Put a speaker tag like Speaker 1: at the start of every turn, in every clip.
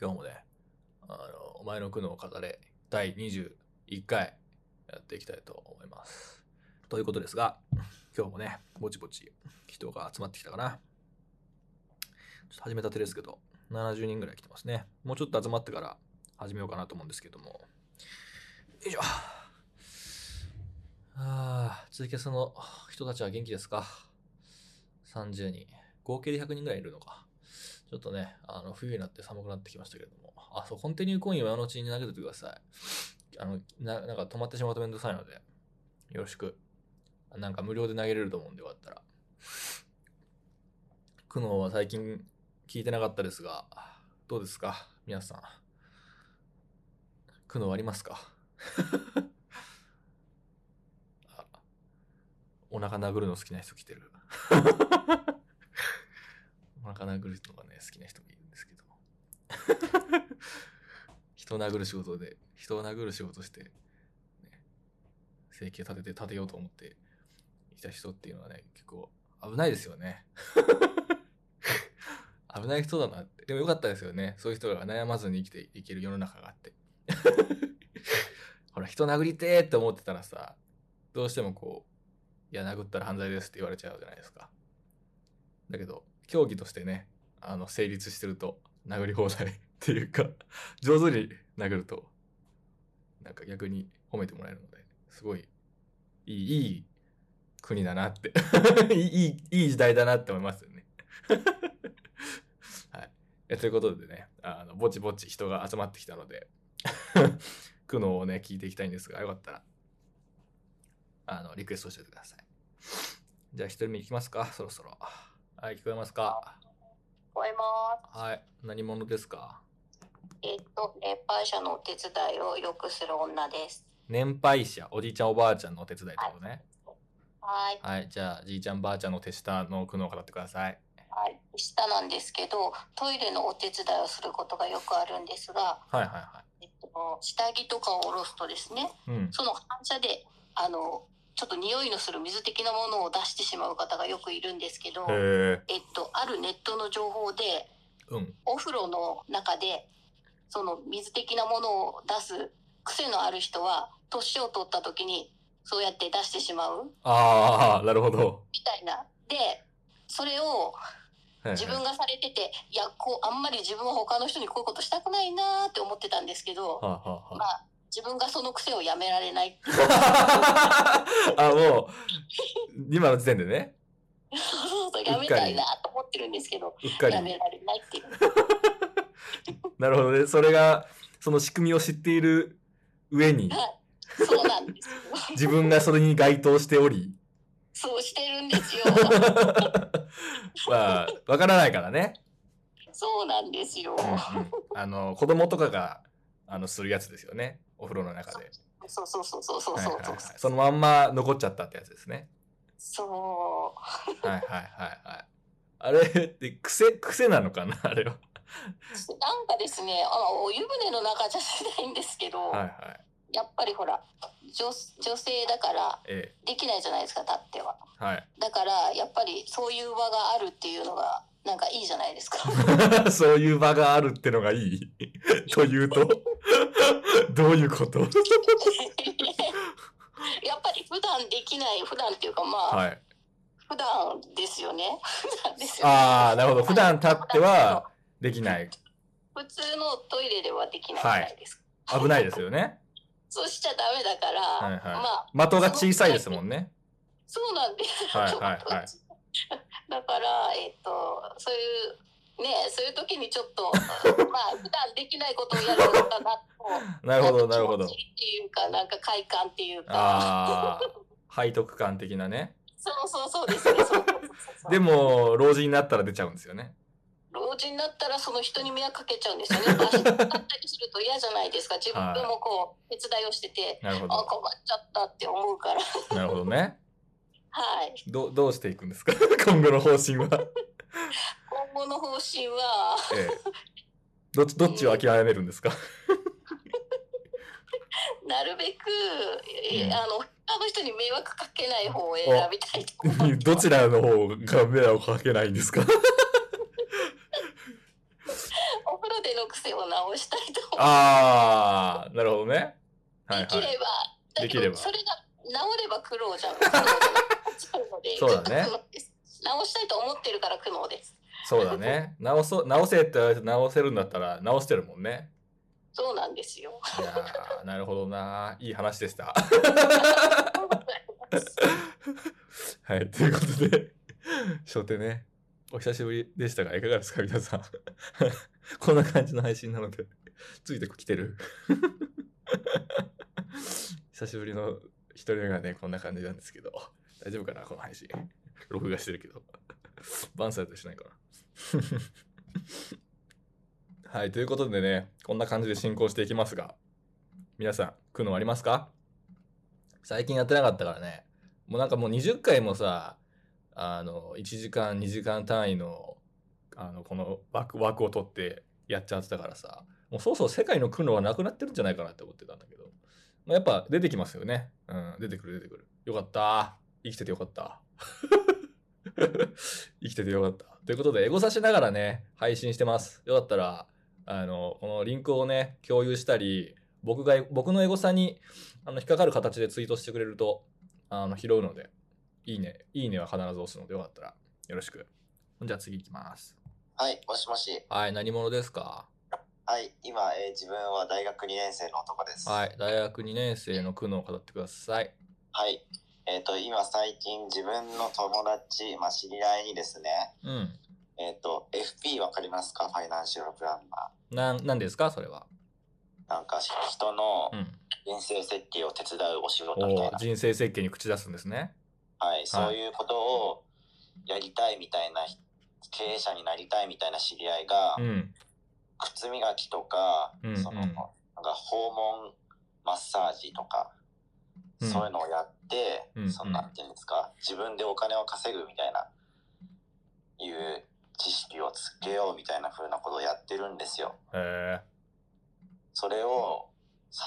Speaker 1: 今日もね、あの、お前の苦悩を語れ、第21回やっていきたいと思います。ということですが、今日もね、ぼちぼち人が集まってきたかな。ちょっと始めたてですけど、70人ぐらい来てますね。もうちょっと集まってから始めようかなと思うんですけども。よいしょ。ああ、ツイキャスの人たちは元気ですか ?30 人。合計で100人ぐらいいるのか。ちょっとね、あの、冬になって寒くなってきましたけれども。あ、そう、コンティニューコインは今のうちに投げててください。あの、ななんか止まってしまうとめんどくさいので、よろしく。なんか無料で投げれると思うんでよかったら。苦悩は最近聞いてなかったですが、どうですか皆さん。苦悩ありますか あお腹殴るの好きな人来てる。お腹殴るのがね、好きな人もいるんですけど。人を殴る仕事で、人を殴る仕事して、ね、生計立てて立てようと思っていた人っていうのはね、結構危ないですよね。危ない人だなって。でもよかったですよね。そういう人が悩まずに生きていける世の中があって。ほら、人殴りてーって思ってたらさ、どうしてもこう、いや、殴ったら犯罪ですって言われちゃうじゃないですか。だけど、競技としてね、あの、成立してると、殴り放題 っていうか、上手に殴ると、なんか逆に褒めてもらえるので、すごい、いい、いい国だなって、 いい、いいいい時代だなって思いますよね。 はい。えということでね、あの、ぼちぼち人が集まってきたので、 苦悩をね、聞いていきたいんですが、よかったら、あの、リクエストしておいてください。じゃあ、一人目いきますか、そろそろ。はい、聞こえますか
Speaker 2: 聞こえます。
Speaker 1: はい、何者ですか
Speaker 2: えっと、年配者のお手伝いをよくする女です。
Speaker 1: 年配者、おじいちゃんおばあちゃんのお手伝いってことね。
Speaker 2: はい。
Speaker 1: はい、じゃあ、じいちゃんばあちゃんの手下の苦悩を語ってください。
Speaker 2: はい。下なんですけど、トイレのお手伝いをすることがよくあるんですが、
Speaker 1: はいは
Speaker 2: えっと、下着とかを下ろすとですね、
Speaker 1: いはい。うん。
Speaker 2: その反射で、あの、ちょっと匂いのする水的なものを出してしまう方がよくいるんですけど、
Speaker 1: へえ。
Speaker 2: えっと、あるネットの情報で、
Speaker 1: うん。
Speaker 2: お風呂の中で、その水的なものを出す癖のある人は、年を取った時に、そうやって出してしまう
Speaker 1: ああ、なるほど。
Speaker 2: みたいな。で、それを
Speaker 1: はいはい
Speaker 2: 自分がされてて、いや、こう、あんまり自分は他の人にこういうことしたくないなーって思ってたんですけど、
Speaker 1: はあはあは
Speaker 2: まあ、自分がその癖をやめられ ない。
Speaker 1: あ、あもう、今の時点でね、
Speaker 2: やめたいなと思ってるんですけど、
Speaker 1: うっかり
Speaker 2: や。められないっていう。
Speaker 1: なるほどね。それが、その仕組みを知っている上に、
Speaker 2: そうなんですよ。
Speaker 1: 自分がそれに該当しており、
Speaker 2: そうしてるんですよ。
Speaker 1: まあ、わからないからね。
Speaker 2: そうなんですよ。
Speaker 1: あの、子供とかが、あの、するやつですよね。お風呂の中で。
Speaker 2: そうそうそうそうそう
Speaker 1: はい
Speaker 2: そう
Speaker 1: はい
Speaker 2: そ
Speaker 1: は
Speaker 2: う
Speaker 1: い。そのまんま残っちゃったってやつですね。
Speaker 2: そう。
Speaker 1: はいはいはいはい。あれって癖、癖なのかなあれは。
Speaker 2: なんかですね、あのお湯船の中じゃないんですけど、
Speaker 1: はいはい。
Speaker 2: やっぱりほら、女女性だから、
Speaker 1: え
Speaker 2: できないじゃないですか立っては
Speaker 1: え。はい。
Speaker 2: だからやっぱりそういう場があるっていうのがなんかいいじゃな いですか
Speaker 1: そういう場があるってのがいいというとどういうこと
Speaker 2: やっぱり普段できない普段っていうかまあ、
Speaker 1: はい。
Speaker 2: 普段ですよね普段ですよね
Speaker 1: ああ、なるほど。普段立ってはできない。
Speaker 2: 普通のトイレではできないじゃないですか、
Speaker 1: 危ないですよね。
Speaker 2: そうしちゃダメだから、
Speaker 1: はいはい
Speaker 2: まあ
Speaker 1: 的が小さいですもんね。
Speaker 2: そうなんです
Speaker 1: はいはいはい
Speaker 2: だからえっ、とそういうねそういう時にちょ っとまあ普段できないことをやるのかなと
Speaker 1: なるほど、なるほ
Speaker 2: ん
Speaker 1: ど
Speaker 2: か気持。ちいいっていうか、なんか快感っていうか。
Speaker 1: ああ、背徳感的なね。
Speaker 2: そうそうそうで すね。そうそうそうそう
Speaker 1: で、も、老人になったら出ちゃうんですよね。
Speaker 2: 老人になったらその人に迷惑かけちゃうんですよね。足がかったりすると嫌じゃないですか。自分もこ う、手伝いをしてて、
Speaker 1: なるほ
Speaker 2: あ、
Speaker 1: ど。
Speaker 2: 困っちゃったって思うから。
Speaker 1: なるほどね。
Speaker 2: はい。
Speaker 1: どう、どうしていくんですか 今後の方 針は。
Speaker 2: 今後の方針は、
Speaker 1: ええ。どっち、どっちを諦めるんで すか
Speaker 2: なるべく、え
Speaker 1: うん
Speaker 2: あの、他の人に迷惑かけない方を選びたいと
Speaker 1: どちらの方が目をかけないんですか
Speaker 2: お風呂での癖癖を直したいと思う
Speaker 1: ああ、なるほどね。はい
Speaker 2: でき
Speaker 1: は
Speaker 2: れば、
Speaker 1: い。で
Speaker 2: だけど
Speaker 1: きれば
Speaker 2: それが治れば苦労じ ゃん。そうので
Speaker 1: そうだね
Speaker 2: ずっと苦労です治したいと思ってるから苦悩です。
Speaker 1: そうだね。直そう、直せって言われて直せるんだったら直してるもんね。
Speaker 2: そうなんですよ。
Speaker 1: いやー、なるほどな。いい話でした。はい、ということで、初手ね、お久しぶりでしたが、いかがですか、皆さん。 こんな感じの配信なので、ついてきてる。 久しぶりの一人目がね、こんな感じなんですけど、大丈夫かな、この配信。録画してるけど。バンされたりしないかな。 はい、ということでね、こんな感じで進行していきますが、皆さん、苦悩ありますか最近やってなかったからね。もうなんかもう20回もさ、あの、1時間、2時間単位の、あの、この枠、枠を取ってやっちゃってたからさ、もうそろそろ世界の苦悩はなくなってるんじゃないかなって思ってたんだけど、まあ、やっぱ出てきますよね。うん、出てくる出てくる。よかった。生きててよかった。生きててよかった。ということで、エゴサしながらね、配信してます。よかったら、あの、このリンクをね、共有したり、僕が、僕のエゴサに、あの、引っかかる形でツイートしてくれると、あの、拾うので、いいね、いいねは必ず押すので、よかったら、よろしく。じゃあ次行きます。
Speaker 3: はい、もしもし。
Speaker 1: はい、何者ですか
Speaker 3: はい、今、えー自分は大学2年生の男です。。
Speaker 1: はいい、大学2年生の苦悩を語ってください。
Speaker 3: はい。えっ、と、今最近自分の友達、まあ、知り合いにですね、
Speaker 1: うん。
Speaker 3: えっ、と、FP わかりますかファイナンシャルプランナ
Speaker 1: なん、なんですかそれは。
Speaker 3: ー。なんか、人の
Speaker 1: うん。
Speaker 3: 人生設計を手伝うお仕事みた
Speaker 1: お
Speaker 3: い
Speaker 1: ー
Speaker 3: な。
Speaker 1: 人生設計に口出すんですね。
Speaker 3: はい、そういうことをやりたいみたいな、経営者になりたいみたいな知り合いが、
Speaker 1: うん。
Speaker 3: 靴磨きとか、
Speaker 1: うん
Speaker 3: その
Speaker 1: う
Speaker 3: なんんか訪問マッサージとか、
Speaker 1: うん
Speaker 3: そういうのをやって、
Speaker 1: うん
Speaker 3: そんなんていうんですか自分でお金を稼ぐみたいないう知識をつけようみたいな風なことをやってるんですよ。
Speaker 1: へ
Speaker 3: それを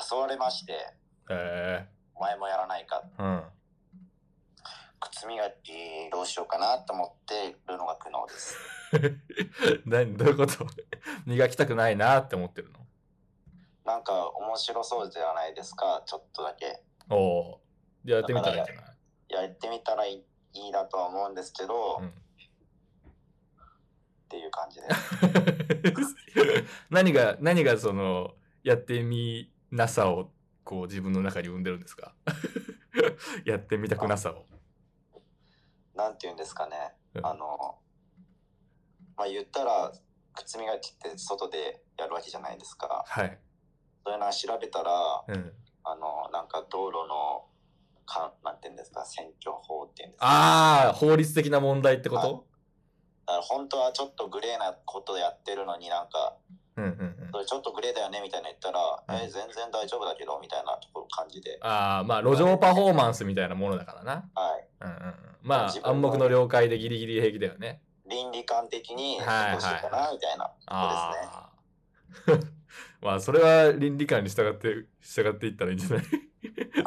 Speaker 3: 誘われまして
Speaker 1: え。へ
Speaker 3: 「お前もやらないか
Speaker 1: え。うん。
Speaker 3: 靴磨きどうしようかな」と思ってるのが苦悩です。
Speaker 1: 何、どういうこと磨きたくないなって思ってる
Speaker 3: なんか面白そうじゃないですかちょっとだけ。
Speaker 1: の。おーじゃあやってみたらいいんじゃない
Speaker 3: やってみたらいいいいなとは思うんですけど、
Speaker 1: うん
Speaker 3: っていう感じです。
Speaker 1: 何が何がそのやってみなさをこう自分の中に生んでるんですか やってみたくなさを。
Speaker 3: なんて言うんですかね、
Speaker 1: うん
Speaker 3: あのまあ言ったら靴磨きって外でやるわけじゃないですか
Speaker 1: はい。
Speaker 3: そういうのは調べたら
Speaker 1: うん、
Speaker 3: あのなんか道路のかなんて言うんですか選挙法っていうんですか
Speaker 1: ああ法律的な問題ってこと
Speaker 3: だから本当はちょっとグレーなことやってるのになんか
Speaker 1: うんうんうん
Speaker 3: それちょっとグレーだよねみたいな言ったら、
Speaker 1: うん
Speaker 3: え全然大丈夫だけどみたいなところ感じで、
Speaker 1: ああまあ路上パフォーマンスみたいなものだからな。
Speaker 3: はい、
Speaker 1: うんうんうん、ま
Speaker 3: 自分
Speaker 1: あ
Speaker 3: は
Speaker 1: 暗黙の了解でギリギリ平気だよね。
Speaker 3: 倫理観的に
Speaker 1: はい
Speaker 3: どうしようかなみたいな、
Speaker 1: ああ。 まあそれは倫理観に従って従っていったらいいんじゃない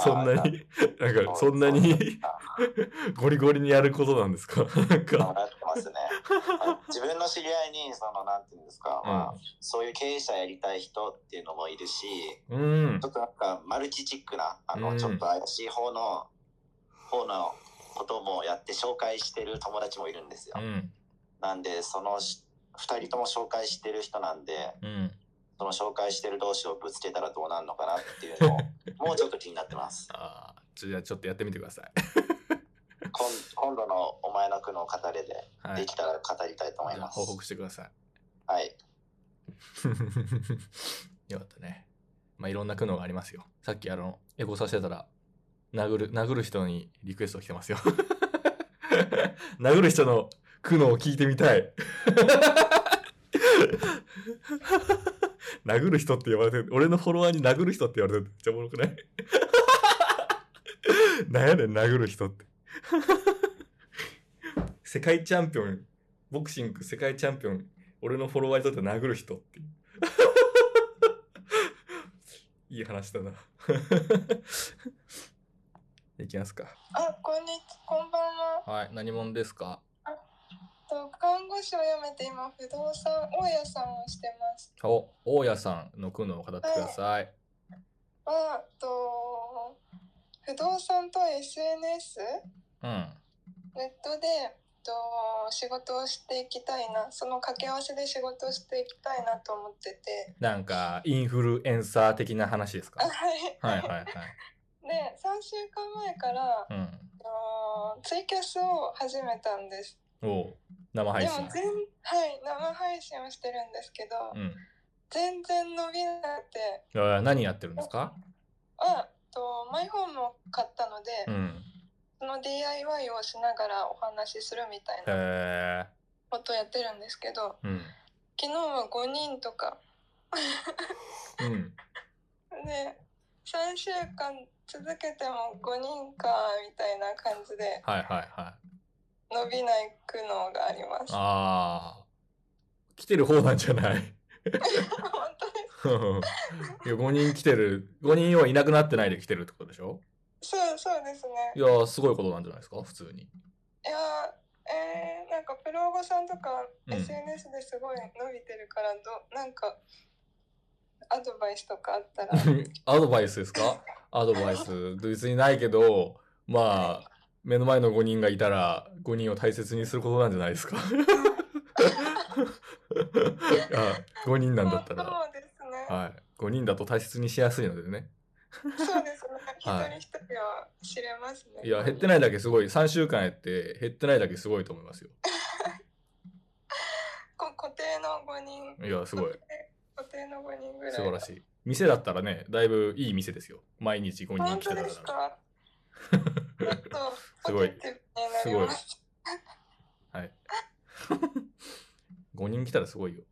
Speaker 1: そんな
Speaker 3: あ
Speaker 1: になんかそんなに ゴリゴリにやることなんですかなんか。
Speaker 3: 考ってますね。あ自分の知り合いに、その、なんていうんですか、
Speaker 1: うん
Speaker 3: まあ、そういう経営者やりたい人っていうのもいるし、
Speaker 1: うん
Speaker 3: ちょ。っとなんか、マルチチックな、あ
Speaker 1: う
Speaker 3: の、
Speaker 1: ん
Speaker 3: ちょっと怪しい方の、方のこともやって紹介してる友達もいるんですよ
Speaker 1: う。ん。
Speaker 3: なんで、そのし、二人とも紹介してる人なんで、
Speaker 1: うん。
Speaker 3: その紹介してる同士をぶつけたらどうなるのかなっていう のを、もうちょっと気になってます。
Speaker 1: ああ、じゃあちょっとやってみてください。
Speaker 3: 今今度のお前の苦悩語れで、
Speaker 1: は
Speaker 3: で
Speaker 1: い。
Speaker 3: きたら語りたいと思い
Speaker 1: じゃあ
Speaker 3: ます
Speaker 1: 報。告してください。
Speaker 3: はい。
Speaker 1: よかったね。まあいろんな苦悩がありますよ。さっきあの、エゴさしてたら、殴る、殴る人にリクエスト来てますよ。 殴る人の苦悩を聞いてみたい。 殴る人って言われてる。俺のフォロワーに殴る人って言われてる。めっちゃおもろくない なんやねん、殴る人って。世界チャンピオン、ボクシング世界チャンピオン、俺のフォロワーにとって殴る人っていう。 いい話だな。 いきますか。
Speaker 4: あ、こんにちこんばんは。
Speaker 1: はい、何者ですか
Speaker 5: と看護師を辞めて今不動産大家さんをしてます。
Speaker 1: お、大家さんの苦悩を語ってください。
Speaker 5: はと不動産と SNS
Speaker 1: うん。
Speaker 5: ネットでと仕事をしていきたいなその掛け合わせで仕事をしていきたいなと思ってて
Speaker 1: なんか、インフルエンサー的な話ですか
Speaker 5: は
Speaker 1: はいはいはい。
Speaker 5: で3週間前から
Speaker 1: うん。
Speaker 5: あのツイキャスを始めたんです。
Speaker 1: おう生配
Speaker 5: で
Speaker 1: 信
Speaker 5: も。全はい生配信をしてるんですけど、
Speaker 1: うん。
Speaker 5: 全然伸びなくて
Speaker 1: あー何やってるんですか
Speaker 5: あとマイホームを買ったので、
Speaker 1: うん。
Speaker 5: その DIY をしながらお話しするみたいな
Speaker 1: へ
Speaker 5: ことをやってるんですけど
Speaker 1: え。うん。
Speaker 5: 昨日は5人とか
Speaker 1: うん。
Speaker 5: で3週間続けても5人かみたいな感じで
Speaker 1: はいはいはい。
Speaker 5: 伸びない苦悩があります。
Speaker 1: ああ。来てる方なんじゃない
Speaker 5: 本当に
Speaker 1: いや、5人来てる。5人はいなくなってないで来てるってことでしょ
Speaker 5: そうそうですね
Speaker 1: い。やー、すごいことなんじゃないですか普通に。
Speaker 5: いやえー、なんかプロゴさんとか
Speaker 1: うん
Speaker 5: SNS ですごい伸びてるからど、なんかアドバイスとかあった ら
Speaker 1: アドバイスですかアドバイス。別にないけど、まあ、目の前の5人がいたら、5人を大切にすることなんじゃないですか あ ?5 人なんだったら。
Speaker 5: そうですね、
Speaker 1: はい。5人だと大切にしやすいのでね。
Speaker 5: そうですね一
Speaker 1: はい
Speaker 5: 人一人は知れますね、
Speaker 1: いや、減ってないだけすごい。3週間やって、減ってないだけすごいと思いますよ。
Speaker 5: こ固定の5人
Speaker 1: いや、すごい。
Speaker 5: 固定の5人ぐらい
Speaker 1: 素晴らしい。店だったらね、だいぶいい店ですよ。毎日5人
Speaker 5: 本
Speaker 1: 来て
Speaker 5: 当
Speaker 1: た
Speaker 5: で
Speaker 1: ら。
Speaker 5: すかち ょっと
Speaker 1: すごい
Speaker 5: ポジティブになります
Speaker 1: はい。5人来たらすごいよ。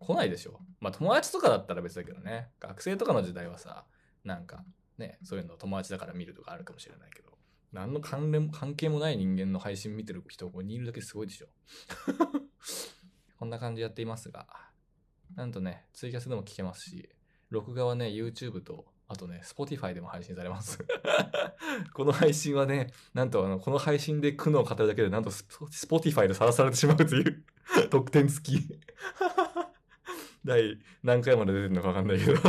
Speaker 1: 来ないでしょ。まあ友達とかだったら別だけどね。学生とかの時代はさ、なんかね、そういうのを友達だから見るとかあるかもしれないけど、何の関連関係もない人間の配信見てる人5人いるだけすごいでしょ。 こんな感じでやっていますが、なんとね、ツイキャスでも聞けますし、録画はね、YouTube と、あとね、Spotify でも配信されます。この配信はね、なんとあの、この配信で苦悩を語るだけで、なんとスポスポティファイでさらされてしまうという、 特典付き。 第何回まで出てるのかわかんないけど。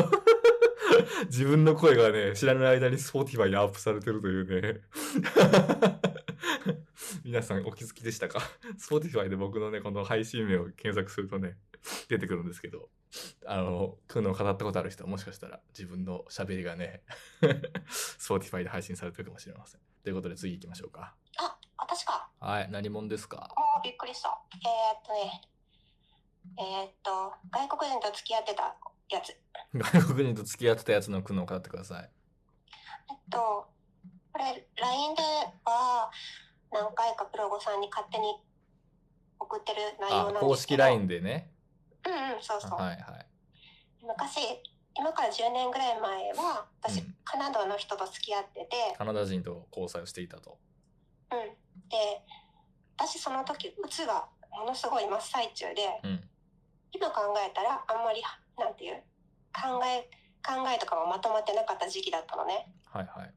Speaker 1: 自分の声がね、知らない間にスポティファイにアップされてるというね。 皆さんお気づきでしたか スポティファイで僕のね、この配信名を検索するとね、出てくるんですけど、あの、苦悩を語ったことある人はもしかしたら自分の喋りがね、 スポティファイで配信されてるかもしれません。ということで次行きましょうか。
Speaker 4: あ、私か。
Speaker 1: はい、何者ですか
Speaker 4: あーびっくりした。えー、っとね。えー、っと、外国人と付き合ってたやつ。
Speaker 1: 外国人と付き合ってたやつの苦悩を語ってください。
Speaker 4: えっと、これ、LINE では何回かプロゴさんに勝手に送ってる内容なん
Speaker 1: あ
Speaker 4: ですけ、ど。
Speaker 1: 公式 LINE でね。
Speaker 4: うんうん、そう
Speaker 1: あ
Speaker 4: そう。
Speaker 1: はいはい。
Speaker 4: 昔、今から10年ぐらい前は、私、
Speaker 1: うん
Speaker 4: カナダの人と付き合ってて、
Speaker 1: カナダ人と交際をしていたと。
Speaker 4: うん。で、私その時、うつがものすごい真っ最中で、
Speaker 1: うん。
Speaker 4: 今考えたらあんまり、なんていう、考え、考えとかもまとまってなかった時期だったのね。
Speaker 1: はいはい。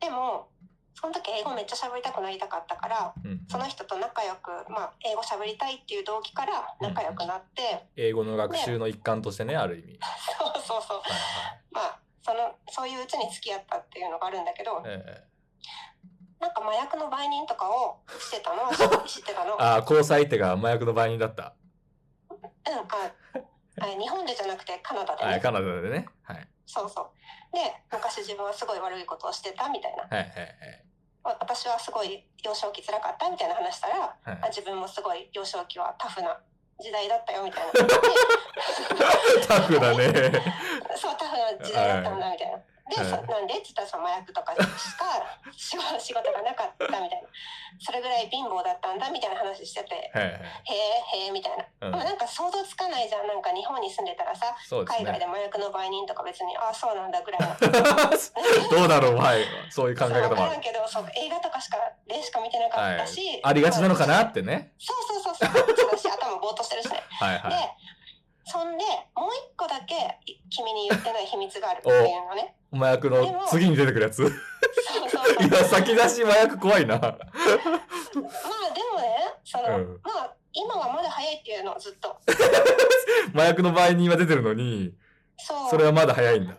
Speaker 4: でも、その時英語めっちゃ喋りたくなりたかったから、
Speaker 1: うん。
Speaker 4: その人と仲良く、まあ、英語喋りたいっていう動機から仲良くなって、
Speaker 1: 英語の学習の一環としてね、ある意味。
Speaker 4: そうそうそう。
Speaker 1: はい
Speaker 4: まあ、その、そういううちに付き合ったっていうのがあるんだけど
Speaker 1: はい。、ええ
Speaker 4: なんか麻薬の売人とかをしてた のは知って知ってたの。うん、あ、
Speaker 1: あ、交際相手が麻薬の売人だった。
Speaker 4: あ日本でじゃなくてカナダで、
Speaker 1: はい、
Speaker 4: ね。
Speaker 1: カナダでね。はい。
Speaker 4: そうそう。で、昔自分はすごい悪いことをしてたみたいな。
Speaker 1: はいはい
Speaker 4: わ私はすごい幼少期辛かったみたいな話したら、
Speaker 1: はい。は
Speaker 4: あ
Speaker 1: い、
Speaker 4: 自分もすごい幼少期はタフな時代だったよみたいな。で
Speaker 1: タフだね。
Speaker 4: そう、タフな時代だったんだみたいな。で、
Speaker 1: はい
Speaker 4: そなんでって言ったらその麻薬とかしか 仕事仕事がなかったみたいな。それぐらい貧乏だったんだみたいな話してて、
Speaker 1: はい
Speaker 4: へえ、へえ、みたいな。
Speaker 1: はい。う、
Speaker 4: まあ、なんんか想像つかないじゃんなんか日本に住んでたらさ
Speaker 1: そうです
Speaker 4: 海外で
Speaker 1: ね。
Speaker 4: 麻薬の売人とか別にああそうなんだぐらいの
Speaker 1: どうだろうはい。そういう考え
Speaker 4: そう
Speaker 1: 方
Speaker 4: 分
Speaker 1: も
Speaker 4: か
Speaker 1: あ
Speaker 4: ら
Speaker 1: る
Speaker 4: ん。けどそう映画とかしか例しか見てなか
Speaker 1: は
Speaker 4: ったし、
Speaker 1: い。ありがちなのかなってね。
Speaker 4: そうそうそうそうそうだし頭ぼーっとしてるしね、
Speaker 1: はいはい
Speaker 4: で。そんでもう一個だけい君に言ってない秘密があるっていうのね
Speaker 1: 麻薬の次に出てくるやつ。
Speaker 4: そうそうそう
Speaker 1: いや、先出し麻薬怖いな。
Speaker 4: まあでもねその、
Speaker 1: うん
Speaker 4: まあ今はまだ早いっていうのずっと
Speaker 1: 麻薬の場合に今出てるのに、
Speaker 4: そう
Speaker 1: それはまだ早いんだ。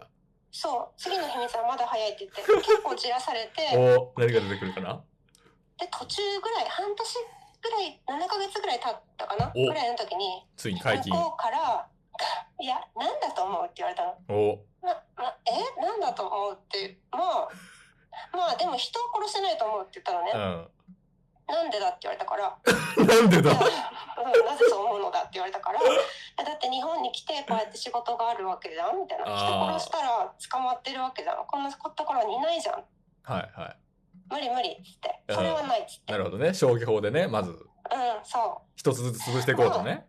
Speaker 4: そう次の秘密はまだ早いって言 って結構じらされて
Speaker 1: お何が出てくるかな
Speaker 4: で途中ぐらい半年ぐらい7ヶ月ぐらい経ったかな
Speaker 1: お
Speaker 4: ぐらいの時に
Speaker 1: ついに解禁
Speaker 4: 向。こうから「いやなんだと思う?」って言われたの。
Speaker 1: お
Speaker 4: ま、ま、えなんだと思うって、まあ、まあでも人を殺してないと思うって言ったの
Speaker 1: う
Speaker 4: ね。
Speaker 1: ん。
Speaker 4: なんでだって言われたから、
Speaker 1: なんで
Speaker 4: いや
Speaker 1: だ
Speaker 4: うんなぜそう思うのだって言われたから、いやだって日本に来てこうやって仕事があるわけじゃんみたいな。人
Speaker 1: あー
Speaker 4: 殺したら捕まってるわけじゃん。こんなところにいないじゃん。
Speaker 1: はいは
Speaker 4: 無理無理っつって。
Speaker 1: うん
Speaker 4: それはないっつっ
Speaker 1: い。
Speaker 4: て。
Speaker 1: な
Speaker 4: うん、
Speaker 1: るほどね。消去法でね、まず、
Speaker 4: そ
Speaker 1: 一つずつ潰していこうとね。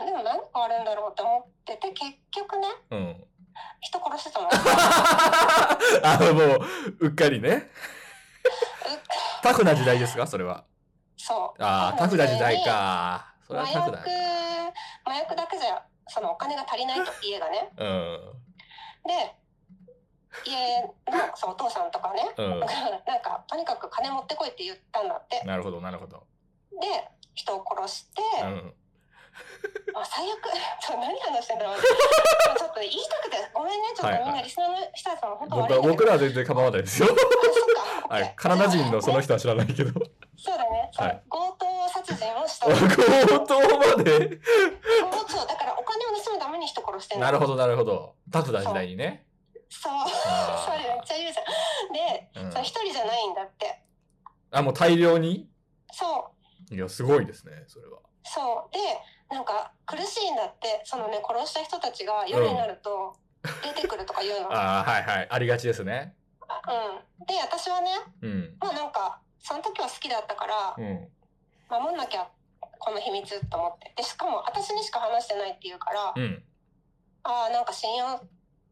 Speaker 4: う。でも、でも何があるんだろうって思ってて、結局ね、
Speaker 1: うん。
Speaker 4: 人殺してたの。
Speaker 1: あの、もう、うっかりね。
Speaker 4: う
Speaker 1: タフな時代ですかそれは。
Speaker 4: そう。
Speaker 1: ああ、タフな時代か。それは
Speaker 4: 麻
Speaker 1: タフだ。
Speaker 4: 薬麻薬だけじゃそのお金が足りないと家がね
Speaker 1: うん。
Speaker 4: で家のそうお父さんとかね
Speaker 1: うん。
Speaker 4: なんかとにかく金持ってこいって言ったんだって
Speaker 1: なるほど、なるほど。
Speaker 4: で人を殺して、
Speaker 1: うん。
Speaker 4: あ最悪ちょ何話してん だろうちょっと言いたくてごめんねちょっ
Speaker 1: はいは
Speaker 4: と
Speaker 1: い
Speaker 4: みんなリスナーの人たちも本当
Speaker 1: 僕
Speaker 4: 悪い
Speaker 1: は、
Speaker 4: んだ
Speaker 1: 僕
Speaker 4: けど
Speaker 1: らは全然構わないですよ。
Speaker 4: あそっか、
Speaker 1: はい。
Speaker 4: OK
Speaker 1: カナダ人のその人は知らないけど。
Speaker 4: そうだね、
Speaker 1: はい
Speaker 4: 強盗殺人をした
Speaker 1: 強盗まで
Speaker 4: 強盗だからお金を盗むために人殺してんだ
Speaker 1: なるほど、なるほど。タフな時代にね。
Speaker 4: そう
Speaker 1: あ
Speaker 4: それめっちゃ言うじゃんで
Speaker 1: ーうん
Speaker 4: そう一人じゃないんだって
Speaker 1: あ、もう大量に
Speaker 4: そう
Speaker 1: いや、すごいですね、それは。
Speaker 4: そうでなんか苦しいんだってそのね殺した人たちが夜になると出てくるとか言う の、うん
Speaker 1: ああ、はいはい。ありがちですね。
Speaker 4: で私はね
Speaker 1: うん。
Speaker 4: まあなんかその時は好きだったから
Speaker 1: うん。
Speaker 4: 守んなきゃこの秘密と思ってでしかも私にしか話してないっていうから、
Speaker 1: うん。
Speaker 4: ああなんか信用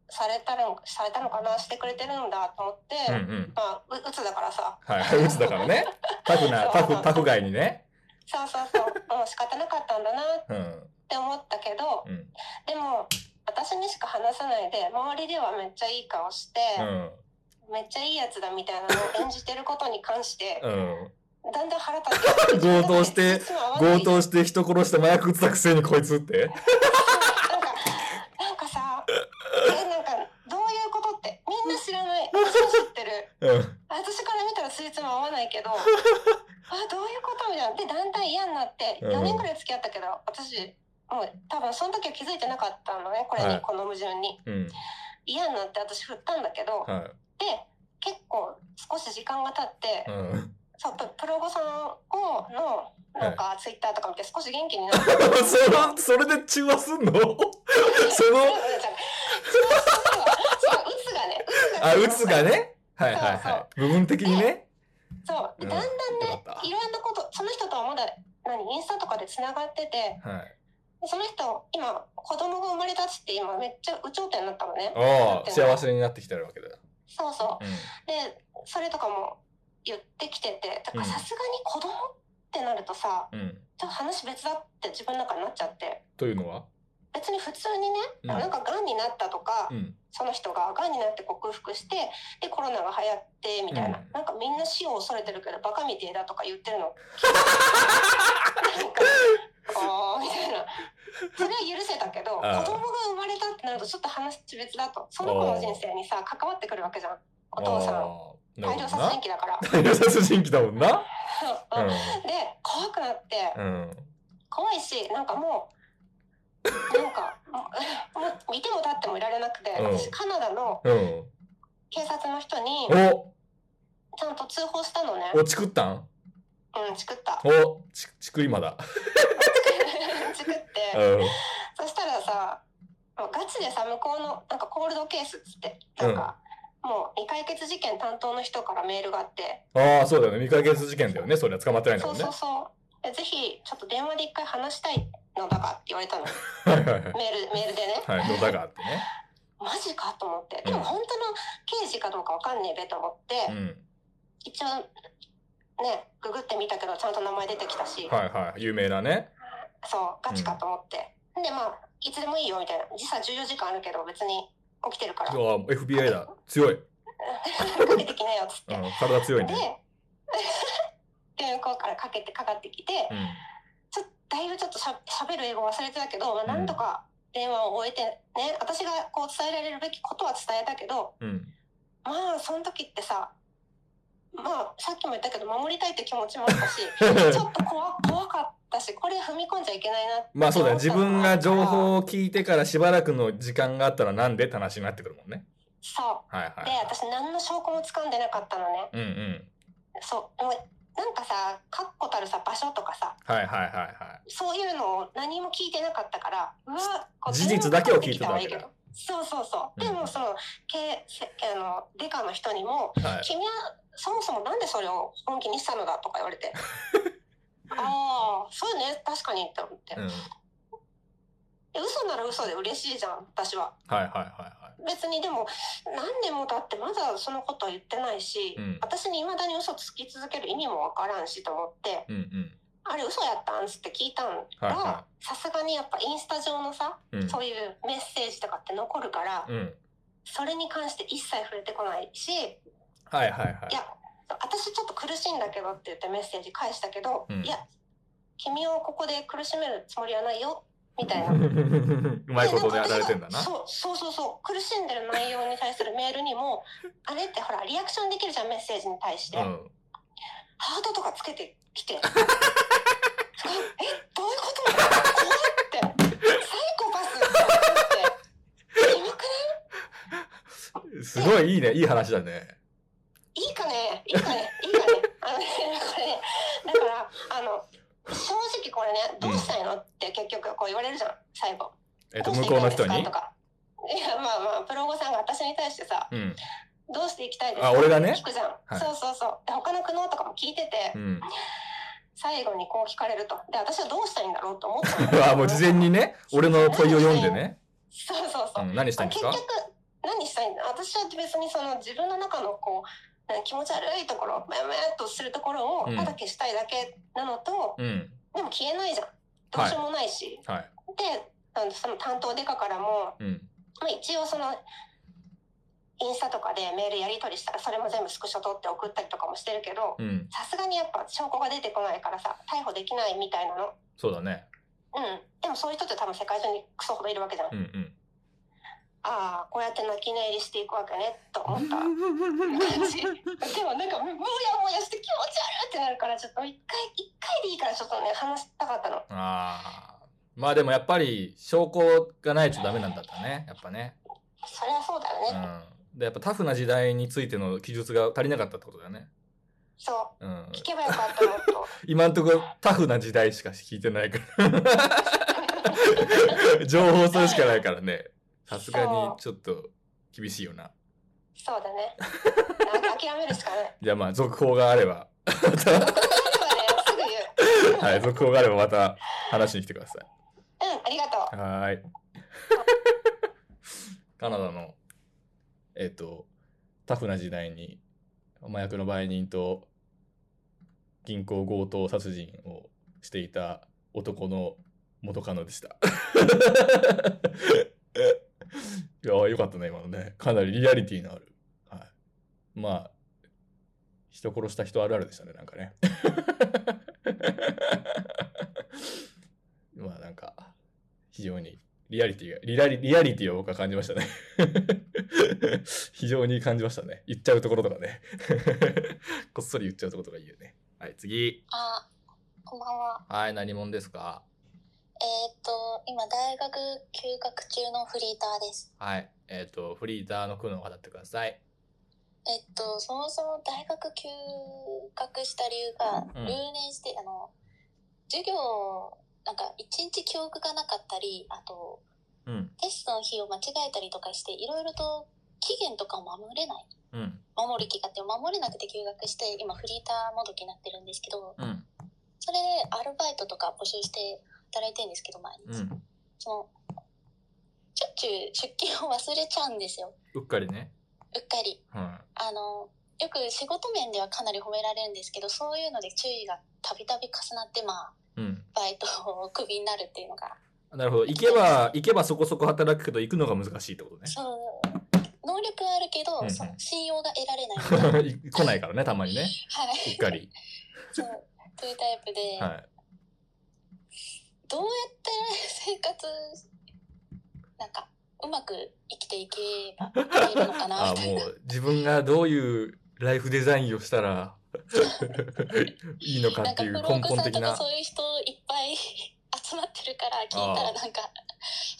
Speaker 4: されたのされたのかなしてくれてるんだと思って、
Speaker 1: うんうん。
Speaker 4: まあう鬱だからさ
Speaker 1: はい。鬱だからね。タフな、タフ、タフ外にね。
Speaker 4: そうそうそうもう仕方なかったんだなっ
Speaker 1: うん。
Speaker 4: て思ったけど、
Speaker 1: うん。
Speaker 4: でも私にしか話さないで周りではめっちゃいい顔して、
Speaker 1: うん。
Speaker 4: めっちゃいいやつだみたいなのを演じてることに関して
Speaker 1: うん。
Speaker 4: だんだん腹立って
Speaker 1: 強盗して強
Speaker 4: なんか
Speaker 1: 盗して人殺して麻薬打ったくせにこいつって。
Speaker 4: なんかさえなんかどういうことってみんな知ら ない私は知ってる
Speaker 1: うん。
Speaker 4: 私から見たらついつも合わないけどあどういうことみたいなでだんだん嫌になって
Speaker 1: うん
Speaker 4: 4年ぐらい付き合ったけど私もう多分その時は気づいてなかったのねこれに、
Speaker 1: はい
Speaker 4: この矛盾に
Speaker 1: うん。
Speaker 4: 嫌になって私振ったんだけど、
Speaker 1: は
Speaker 4: で結構少し時間が経って、
Speaker 1: い。うん。
Speaker 4: そうププロゴさんをのなんかツイッターとか見て少し元気になった。
Speaker 1: その、それで中和すんのその、
Speaker 4: そうじゃないそうそうそううつがね。
Speaker 1: あ、鬱が。ね。はいはいはい。部分的にね。
Speaker 4: そう
Speaker 1: う
Speaker 4: で
Speaker 1: ん
Speaker 4: だんだんね
Speaker 1: よかっ、た
Speaker 4: いろんなことその人とはまだ何インスタとかでつながってて
Speaker 1: はい。
Speaker 4: その人今子供が生まれたちって今めっちゃ有頂天になったのね。
Speaker 1: おお、幸せになってきてるわけだ。
Speaker 4: そうそ
Speaker 1: う
Speaker 4: う
Speaker 1: ん。
Speaker 4: でそれとかも言ってきててだか
Speaker 1: うん
Speaker 4: らさすがに子供ってなるとさ
Speaker 1: うん。
Speaker 4: ちょっと話別だって自分の中になっちゃって。
Speaker 1: というのは
Speaker 4: 別に普通にね、
Speaker 1: うん
Speaker 4: なんかがんになったとか、
Speaker 1: うん。
Speaker 4: その人ががんになって克服してでコロナが流行ってみたいな、
Speaker 1: うん
Speaker 4: なんかみんな死を恐れてるけどバカみてえだとか言って るのなんかあーみたいなそれは許せたけど子
Speaker 1: あ
Speaker 4: 供
Speaker 1: ー
Speaker 4: が生まれたってなるとちょっと話別だとその子の人生にさ関わってくるわけじゃんお父さん
Speaker 1: んな
Speaker 4: 大
Speaker 1: る
Speaker 4: 量
Speaker 1: ほど
Speaker 4: 殺
Speaker 1: な
Speaker 4: 人。鬼だから
Speaker 1: 大量殺人鬼だもん な。
Speaker 4: うんで怖くなって、
Speaker 1: うん。うん。
Speaker 4: 怖いしなんかもうなんか もうもう見ても立ってもいられなくて、
Speaker 1: うん
Speaker 4: 私カナダの
Speaker 1: うん。
Speaker 4: 警察の人に
Speaker 1: お
Speaker 4: ちゃんと通報したのね。
Speaker 1: お、チクったん
Speaker 4: うん、作った。
Speaker 1: お、チチクリマだ。
Speaker 4: 作って、
Speaker 1: うん。
Speaker 4: そしたらさ、もうガチでさ向こうのなんかコールドケースっつってなんか、もう未解決事件担当の人からメールがあって、
Speaker 1: ああ、そうだよね。未解決事件だよね。それは捕まってないんだも
Speaker 4: そうん
Speaker 1: ね
Speaker 4: そう。そうでぜひちょっと電話で一回話したいのだがって言われたのメ
Speaker 1: はいはいはい。
Speaker 4: ールメールでね、
Speaker 1: はい、のだがあってね。
Speaker 4: マジかと思って
Speaker 1: うん
Speaker 4: でも本当の刑事かどうかわかんねえべと思って、
Speaker 1: うん。
Speaker 4: 一応ねググってみたけどちゃんと名前出てきたし、
Speaker 1: はいはい。有名なね。
Speaker 4: そうガチかと思って、でまあいつでもいいよみたいな時差14時間あるけど別に起きてるか
Speaker 1: あ
Speaker 4: ら
Speaker 1: あ、FBI だ。強い。うん。
Speaker 4: かけてきなよっつって、
Speaker 1: 体強い
Speaker 4: で
Speaker 1: ね。
Speaker 4: で 向こうからかけてかかってきて
Speaker 1: うん
Speaker 4: ちょっとだいぶちょっとしゃ喋る英語忘れてたけど、まあ、なんとか電話を終えてね私がこう伝えられるべきことは伝えたけど
Speaker 1: うん
Speaker 4: まあその時ってさまあさっきも言ったけど守りたいって気持ちもあっ たしちょっと怖怖かったしこれ踏み込んじゃいけないなって
Speaker 1: まあそうだよ
Speaker 4: 思った
Speaker 1: 自
Speaker 4: のも
Speaker 1: 分が情
Speaker 4: あるから
Speaker 1: 報を聞いてからしばらくの時間があったらなんでって話になってくるもんね。
Speaker 4: そ
Speaker 1: はいは
Speaker 4: う
Speaker 1: い
Speaker 4: で
Speaker 1: はい。
Speaker 4: 私何の証拠も掴んでなかったのね
Speaker 1: うんうん。
Speaker 4: そうもうなんかさ確固たるさ場所とかさ
Speaker 1: はいはいはいは
Speaker 4: そういうのを何も聞いてなかったからうわこう
Speaker 1: 事実だけを聞いてたわけだ
Speaker 4: 誰もかかってきはいいそうそうそう
Speaker 1: う
Speaker 4: で
Speaker 1: ん
Speaker 4: もそのけせあのデカの人にも
Speaker 1: い。は
Speaker 4: 「
Speaker 1: い、
Speaker 4: 君はそもそもなんでそれを本気にしたのだ」とか言われ て「ああそうね確かに」って思って、
Speaker 1: うん。はい
Speaker 4: え嘘なら嘘で嬉しいじゃん私は
Speaker 1: はいはいは
Speaker 4: 別にでも何年も経ってまだそのことは言ってないし、
Speaker 1: うん
Speaker 4: 私に未だに嘘つき続ける意味もわからんしと思って、
Speaker 1: い。うんうん。
Speaker 4: あれ嘘やったんつって聞いたん
Speaker 1: はい
Speaker 4: が
Speaker 1: は
Speaker 4: さすがにやっぱインスタ上のさ、
Speaker 1: うん
Speaker 4: そういうメッセージとかって残るから、
Speaker 1: うん。
Speaker 4: それに関して一切触れてこないし、い、
Speaker 1: はいはいはい。
Speaker 4: や私ちょっと苦しいんだけどって言ってメッセージ返したけど、
Speaker 1: うん
Speaker 4: いや君をここで苦しめるつもりはないよみたい な。
Speaker 1: うまいことでやられてんだな。
Speaker 4: そうそうそうそう苦しんでる内容に対するメールにもあれってほらリアクションできるじゃんメッセージに対して、
Speaker 1: うん。
Speaker 4: ハートとかつけて きて。え、どういうこと怖って。 サイコパスって思って。キモく
Speaker 1: すごいいいね。いい話だね。
Speaker 4: ないいかねいいかねいいかねあのね、これね、だから、あの、正直これね、どうしたいのって結局こう言われるじゃん、最後。
Speaker 1: えっと、
Speaker 4: ど
Speaker 1: 向
Speaker 4: して
Speaker 1: こうの
Speaker 4: いきた
Speaker 1: 人
Speaker 4: い
Speaker 1: に
Speaker 4: ですかと。かいや、まあまあ、プロゴさんが私に対してさ、
Speaker 1: うん。
Speaker 4: どうしていきたいですか
Speaker 1: あ俺がね
Speaker 4: 聞くじゃん。
Speaker 1: はい
Speaker 4: そうそうそう。で、他の苦悩とかも聞いてて、
Speaker 1: うん。
Speaker 4: 最後にこう聞かれると。で、私はどうしたいんだろうと思った の
Speaker 1: うわもう事前にね、俺の問いを読んでね。
Speaker 4: そうそうそう
Speaker 1: う。ん、何したいんですか
Speaker 4: 結局何したいんだ私は別にその自分の中のこうね気持ち悪いところめめっとするところ
Speaker 1: う
Speaker 4: を
Speaker 1: ん
Speaker 4: ただ消したいだけなのと、
Speaker 1: うん。
Speaker 4: でも消えないじゃんどうしようもないし、
Speaker 1: はい。
Speaker 4: であのその担当デカからも、
Speaker 1: うん。
Speaker 4: まあ、一応そのインスタとかでメールやり取りしたらそれも全部スクショ取って送ったりとかもしてるけど
Speaker 1: うん。
Speaker 4: さすがにやっぱ証拠が出てこないからさ逮捕できないみたいなの
Speaker 1: そうだね。
Speaker 4: うんでもそういう人って多分世界中にクソほどいるわけじゃん、
Speaker 1: うんうん。
Speaker 4: ああこうやって泣き寝入りしていくわけねと思った感じでもなんかもやもやして気持ち悪いってなるからちょっと一回一回でいいからちょっとね話したかったの
Speaker 1: ああ。まあでもやっぱり証拠がないとダメなんだったね。やっぱね。
Speaker 4: そりゃそうだよね、
Speaker 1: うん。で、やっぱタフな時代についての記述が足りなかったってことだよね。
Speaker 4: そ
Speaker 1: うん
Speaker 4: う。聞けばよ かったのと
Speaker 1: 今んところタフな時代しか聞いてない から。情報それしかないからね。さすがにちょっと厳しいよな。
Speaker 4: そうだねなんか諦めるしかない
Speaker 1: じゃあまあ続報があれば、
Speaker 4: そ うだねすぐ言う
Speaker 1: はい、続報があればまた話しに来てくださ
Speaker 4: うんありがとう
Speaker 1: い。はーい。 カナダの、えっ、と、タフな時代に麻薬の売人と銀行強盗殺人をしていた男の元カノでした。 いやー、よかったね、今のね。かなりリアリティのある。はい、まあ、人殺した人あるあるでしたね、なんかね。 まあ、なんか、非常にリアリティが、リアリリアリティを僕は感じましたね。 非常に感じましたね。言っちゃうところとかね。 こっそり言っちゃうところとかいいよね。はい、次。
Speaker 2: あこんばんは
Speaker 1: はい、何者ですか
Speaker 2: えーっと今大学休学中のフリーターです
Speaker 1: はい。えっ、と、フリーターの苦悩を語ってください。
Speaker 2: えっとそもそも大学休学した理由が
Speaker 1: うん
Speaker 2: 留年して、あの授業なんか一日記憶がなかったりあと
Speaker 1: うん。
Speaker 2: テストの日を間違えたりとかしていろいろと期限とかを守れない
Speaker 1: うん。
Speaker 2: 守る気があって守れなくて休学して今フリーターもどきになってるんですけど
Speaker 1: うん。
Speaker 2: それでアルバイトとか募集して働いてるんですけど毎
Speaker 1: う
Speaker 2: 日、
Speaker 1: ん。
Speaker 2: そのしょっちゅう出勤を忘れちゃうんですよ
Speaker 1: うっかりね。
Speaker 2: うっかり
Speaker 1: うん。
Speaker 2: あのよく仕事面ではかなり褒められるんですけどそういうので注意がたびたび重なってまあ
Speaker 1: うん。
Speaker 2: バイトをクビになるっていうのが
Speaker 1: なるほど。行けば、行けばそこそこ働くけど、行くのが難しいってことね。
Speaker 2: そう
Speaker 6: 能力はあるけど、
Speaker 1: うんうん
Speaker 6: その信用が得られないみたいな。はい。
Speaker 1: い来ないからね、たまにね。うっか り。
Speaker 6: そう。というタイプで、
Speaker 1: はい。
Speaker 6: どうやって生活、なんか、うまく生きていけばいけるのかな
Speaker 1: あ
Speaker 6: みたい
Speaker 1: も
Speaker 6: な。
Speaker 1: う、自分がどういうライフデザインをしたらいいのか
Speaker 6: な
Speaker 1: っ
Speaker 6: んか、
Speaker 1: て
Speaker 6: ブ
Speaker 1: いう
Speaker 6: ロ
Speaker 1: 根
Speaker 6: ーク
Speaker 1: 本
Speaker 6: さん
Speaker 1: 的
Speaker 6: と
Speaker 1: な
Speaker 6: か。そういう人いっぱい 集まってるから、聞いたらなんか、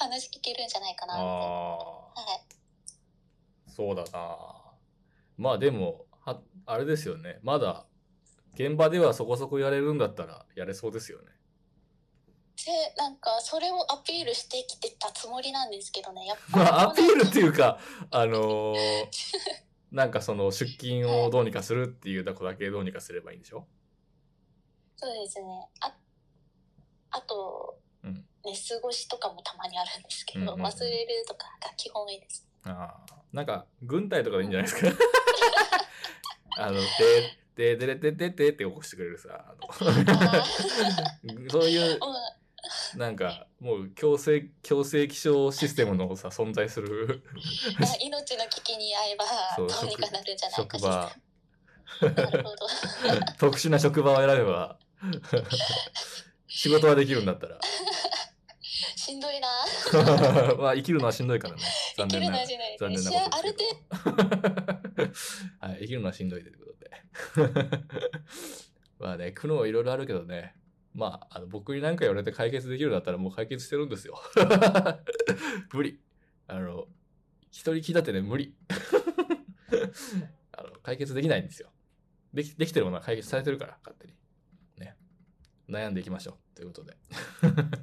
Speaker 6: 話聞けるんじゃないかなみたいな。
Speaker 1: ああ、
Speaker 6: はい。
Speaker 1: そうだな。まあでも、はあれですよね。まだ、現場ではそこそこやれるんだったら、やれそうですよね。
Speaker 6: で、なんか、それをアピールしてきてたつもりなんですけどね、やっぱ
Speaker 1: ま
Speaker 6: り。
Speaker 1: あ、アピールっていうか、あのーなんかその出勤をどうにかするっていうとこだけどうにかすればいいんでしょ
Speaker 6: そうですね。あ、あと、
Speaker 1: うん
Speaker 6: 寝過ごしとかもたまにあるんですけど、
Speaker 1: うんうんうん
Speaker 6: 忘れるとかが基本い いです。
Speaker 1: ああ。なんか、軍隊とかでいいんじゃないですか。 あの、で、で、でれてててって起こしてくれるさ、あのそういう、
Speaker 6: うん、
Speaker 1: なんか、もう強制、強制気象システムのさ、存在する
Speaker 6: まあ命の危機に遭えば
Speaker 1: そう
Speaker 6: どうにかなるんじゃない
Speaker 1: 職
Speaker 6: かしら。
Speaker 1: 場、
Speaker 6: なるほど。
Speaker 1: 特殊な職場を選べば、仕事はできるんだったら。
Speaker 6: しんどいな。
Speaker 1: まあ、生きるのはしんどいからね。
Speaker 6: 生
Speaker 1: 残
Speaker 6: き
Speaker 1: 念
Speaker 6: る
Speaker 1: なが
Speaker 6: のは
Speaker 1: ら。
Speaker 6: しない。
Speaker 1: 残念な
Speaker 6: 試合
Speaker 1: こと
Speaker 6: ある
Speaker 1: です
Speaker 6: 程
Speaker 1: け
Speaker 6: 度
Speaker 1: ど。 はい、生きるのはしんどいということで。 まあね、苦悩いろいろあるけどね。まあ、あの僕に何か言われて解決できるんだったらもう解決してるんですよ。 無理。あの、一人気立てで無理。 あの、解決できないんですよ。でき、できてるものは解決されてるから、勝手に。ね。悩んでいきましょう。ということで。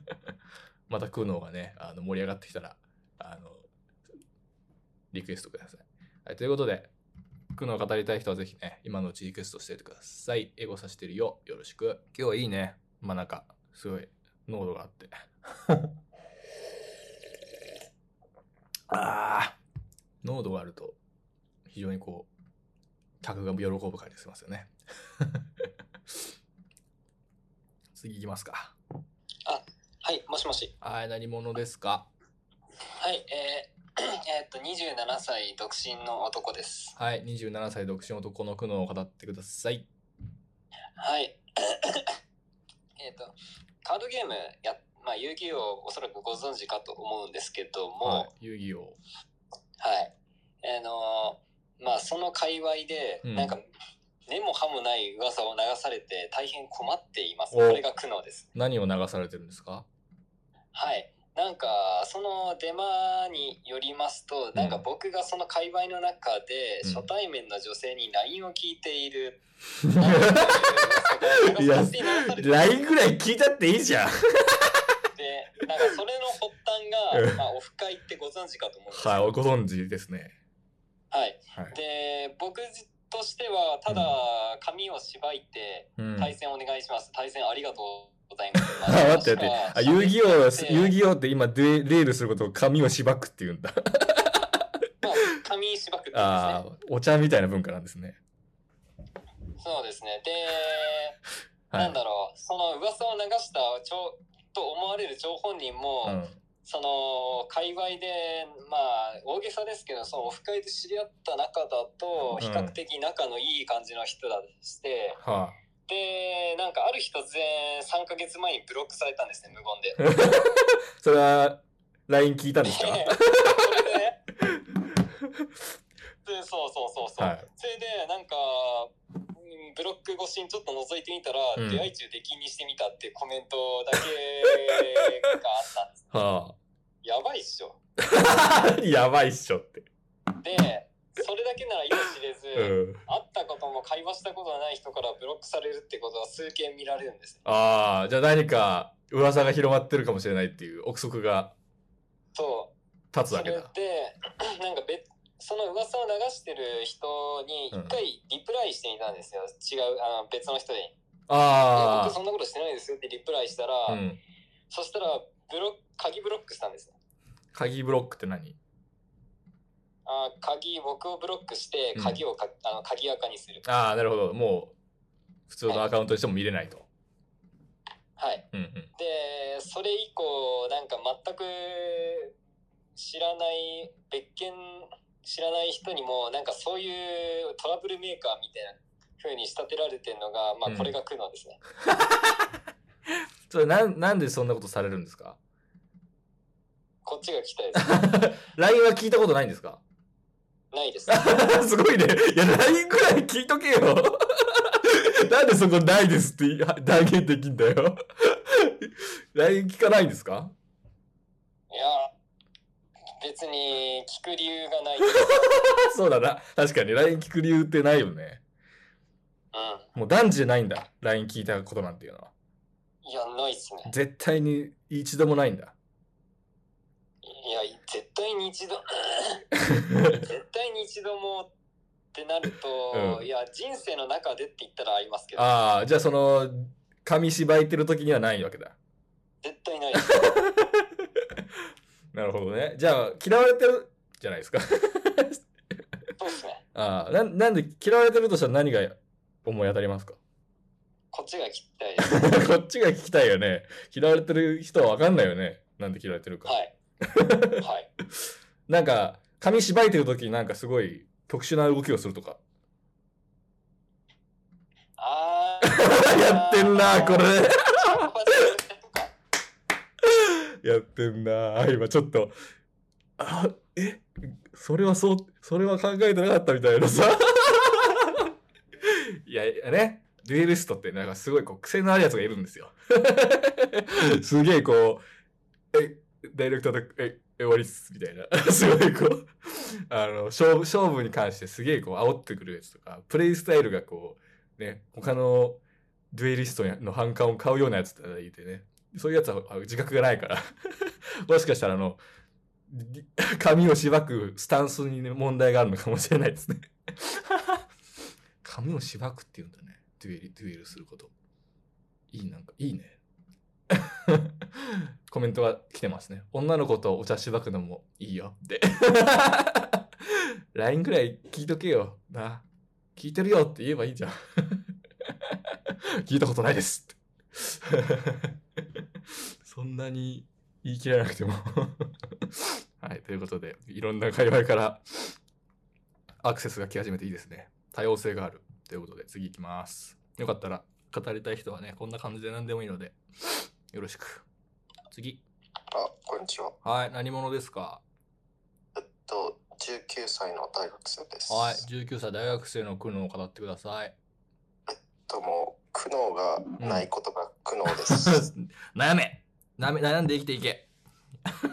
Speaker 1: また苦悩がね、あの、盛り上がってきたら、あの、リクエストください。はい、ということで、苦悩を語りたい人はぜひね、今のうちリクエストしておいてください。エゴさしてるよ。よろしく。今日はいいね。まあなんか、すごい、濃度があって。 ああ。濃度があると、非常にこう、客が喜ぶ感じがしますよね。次行きますか。
Speaker 7: はい、もしもし。
Speaker 1: はい、何者ですか
Speaker 7: はい、えー えーっと、27歳独身の男です。
Speaker 1: はい、27歳独身男の苦悩を語ってください。
Speaker 7: はい。えーっと、カードゲームや、まあ、遊戯王おそらくご存知かと思うんですけども、は
Speaker 1: はい、遊戯王。
Speaker 7: い。あのーまあ、その界隈で、
Speaker 1: うん
Speaker 7: なんか、根も葉もない噂を流されて大変困っています。
Speaker 1: お
Speaker 7: これが苦悩です。
Speaker 1: 何を流されてるんですか
Speaker 7: はい。なんか、そのデマによりますと、なんか僕がその界隈の中で、
Speaker 1: うん
Speaker 7: 初対面の女性に LINE を聞いてい る。
Speaker 1: いや、LINE ぐらい聞いたっていいじゃん。
Speaker 7: で、なんかそれの発端
Speaker 1: うん
Speaker 7: が、まあ、オフ会ってご存知かと思うんですけど
Speaker 1: はい、ご存知ですね。
Speaker 7: はい。
Speaker 1: はい。
Speaker 7: で、僕としては、ただ、髪を縛いて、
Speaker 1: うん、
Speaker 7: 対
Speaker 1: あ。
Speaker 7: 戦お願いします。対戦ありがとうございます
Speaker 1: 待って待って。あ、遊戯王、遊戯王って今デ、レールすることを髪をしばくって言うんだ。
Speaker 7: まあ、髪縛くって言うんですね
Speaker 1: あ。あ、お茶みたいな文化なんですね。
Speaker 7: そうですね。で、
Speaker 1: は
Speaker 7: ないん。だろう、その噂を流したちょと思われる張本人も、
Speaker 1: うん、
Speaker 7: その界隈で、まあ、大げさですけど、そのオフ会で知り合った中だと、
Speaker 1: うん
Speaker 7: 比較的仲のいい感じの人だとして、
Speaker 1: は
Speaker 7: で、なんかある日突然、3ヶ月前にブロックされたんですね、無言で。
Speaker 1: あ、それは、LINE 聞いたんですか
Speaker 7: それでね でそうそうそうそう。
Speaker 1: はい
Speaker 7: それでなんかうんブロック越しにちょっと覗いてみたら、
Speaker 1: うん。
Speaker 7: 出会い中で気にしてみたってコメントだけがあった んです
Speaker 1: は
Speaker 7: やばいっしょ。
Speaker 1: あ。 やばいっしょって。
Speaker 7: で、それだけなら意味知れず、
Speaker 1: うん。
Speaker 7: 会ったことも会話したことのない人からブロックされるってことは数件見られるんです。
Speaker 1: ああ、じゃあ何か噂が広まってるかもしれないっていう憶測が
Speaker 7: そう。
Speaker 1: 立つ
Speaker 7: そ
Speaker 1: わ
Speaker 7: れ
Speaker 1: け
Speaker 7: で
Speaker 1: だ。、
Speaker 7: なんか別、その噂を流してる人に一回リプライしてみたんですよ。違う、あの別の人に。
Speaker 1: あ
Speaker 7: 僕そんなことしてないですよってリプライしたら、
Speaker 1: あ。うん。
Speaker 7: そしたらブロック鍵ブロックしたんですよ
Speaker 1: 鍵ブロックって何
Speaker 7: あー鍵僕をブロックして
Speaker 1: うん
Speaker 7: 鍵をか、あの鍵垢にする
Speaker 1: ああ、なるほど。もう、普通のアカウントにしても見れないと。
Speaker 7: はい
Speaker 1: うんうん。
Speaker 7: でそれ以降なんか全く知らない別件
Speaker 8: 知らない人にもなんかそういうトラブルメーカーみたいな風に仕立てられてるのが、ま
Speaker 1: うん
Speaker 8: あ、これが苦悩ですね、
Speaker 1: それなんなんでそんなことされるんですか
Speaker 8: こっちが聞きたいです
Speaker 1: ?LINE は聞いたことないんですか
Speaker 8: ないです
Speaker 1: すごいね。 いや、LINE くらい聞いとけよ。 なんでそこないですって言い断言できんだよ。LINE 聞かないんですか
Speaker 8: いや別に聞く理由がないうん
Speaker 1: そうだな。確かに LINE 聞く理由ってないよね。もう男児じゃないんだ。LINE 聞いたことなんていうのは。
Speaker 8: いやないっすね
Speaker 1: 絶対に一度もないんだ。
Speaker 8: いや絶対に 一度絶対に一度もってなると、
Speaker 1: うん
Speaker 8: いや人生の中でって言ったらありますけど
Speaker 1: ああ、じゃあその、紙芝居てる時にはないわけだ。
Speaker 8: 絶対ないです
Speaker 1: なるほどね。じゃあ、嫌われてるじゃないです か。
Speaker 8: そうですね
Speaker 1: ああ、ななんで嫌われてるとしたら何が思い当たりますか
Speaker 8: こっちが聞きたいです
Speaker 1: こっちが聞きたいよね。嫌われてる人はわかんないよね。なんで嫌われてるか。
Speaker 8: はいはい
Speaker 1: なんか、紙芝居てる時になんかすごい特殊な動きをするとか。
Speaker 8: あ
Speaker 1: やってんな、これ。
Speaker 8: れ
Speaker 1: やってんな今ちょっと、あ、え、それはそう、それは考えてなかったみたいなさ。 いや、ね、デュエリストってなんかすごいこう癖のあるやつがいるんですよ。 すげえこう、え、ダイレクトで、え、え終わりっす、みたいな。 すごいこう、あの、勝負、勝負に関してすげえこう煽ってくるやつとか、プレイスタイルがこう、ね、他のデュエリストの反感を買うようなやつっていてね、そういうやつはあ自覚がないから。 もしかしたら、あの、り髪をしばくスタンスにね問題があるのかもしれないですね。髪をしばくって言うんだね。デュエル、デュエルすること。いい、なんか、いいね。 コメントが来てますね。女の子とお茶しばくのもいいよ って。LINE くらい聞いとけよ。な。聞いてるよって言えばいいじゃん。聞いたことないです って。 そんなに言い切らなくても。 はい、ということで、いろんな界隈からアクセスが来始めていいですね。多様性がある。ということで、次行きます。よかったら、語りたい人はね、こんな感じで何でもいいので、よろしく。次。
Speaker 9: あ、こんにちは。
Speaker 1: はい、何者ですか
Speaker 9: えっと、19歳の大学生です。
Speaker 1: はい、19歳大学生の苦悩を語ってください。
Speaker 9: とも、苦悩がないことが苦悩です。
Speaker 1: 悩め悩め悩んで生きていけ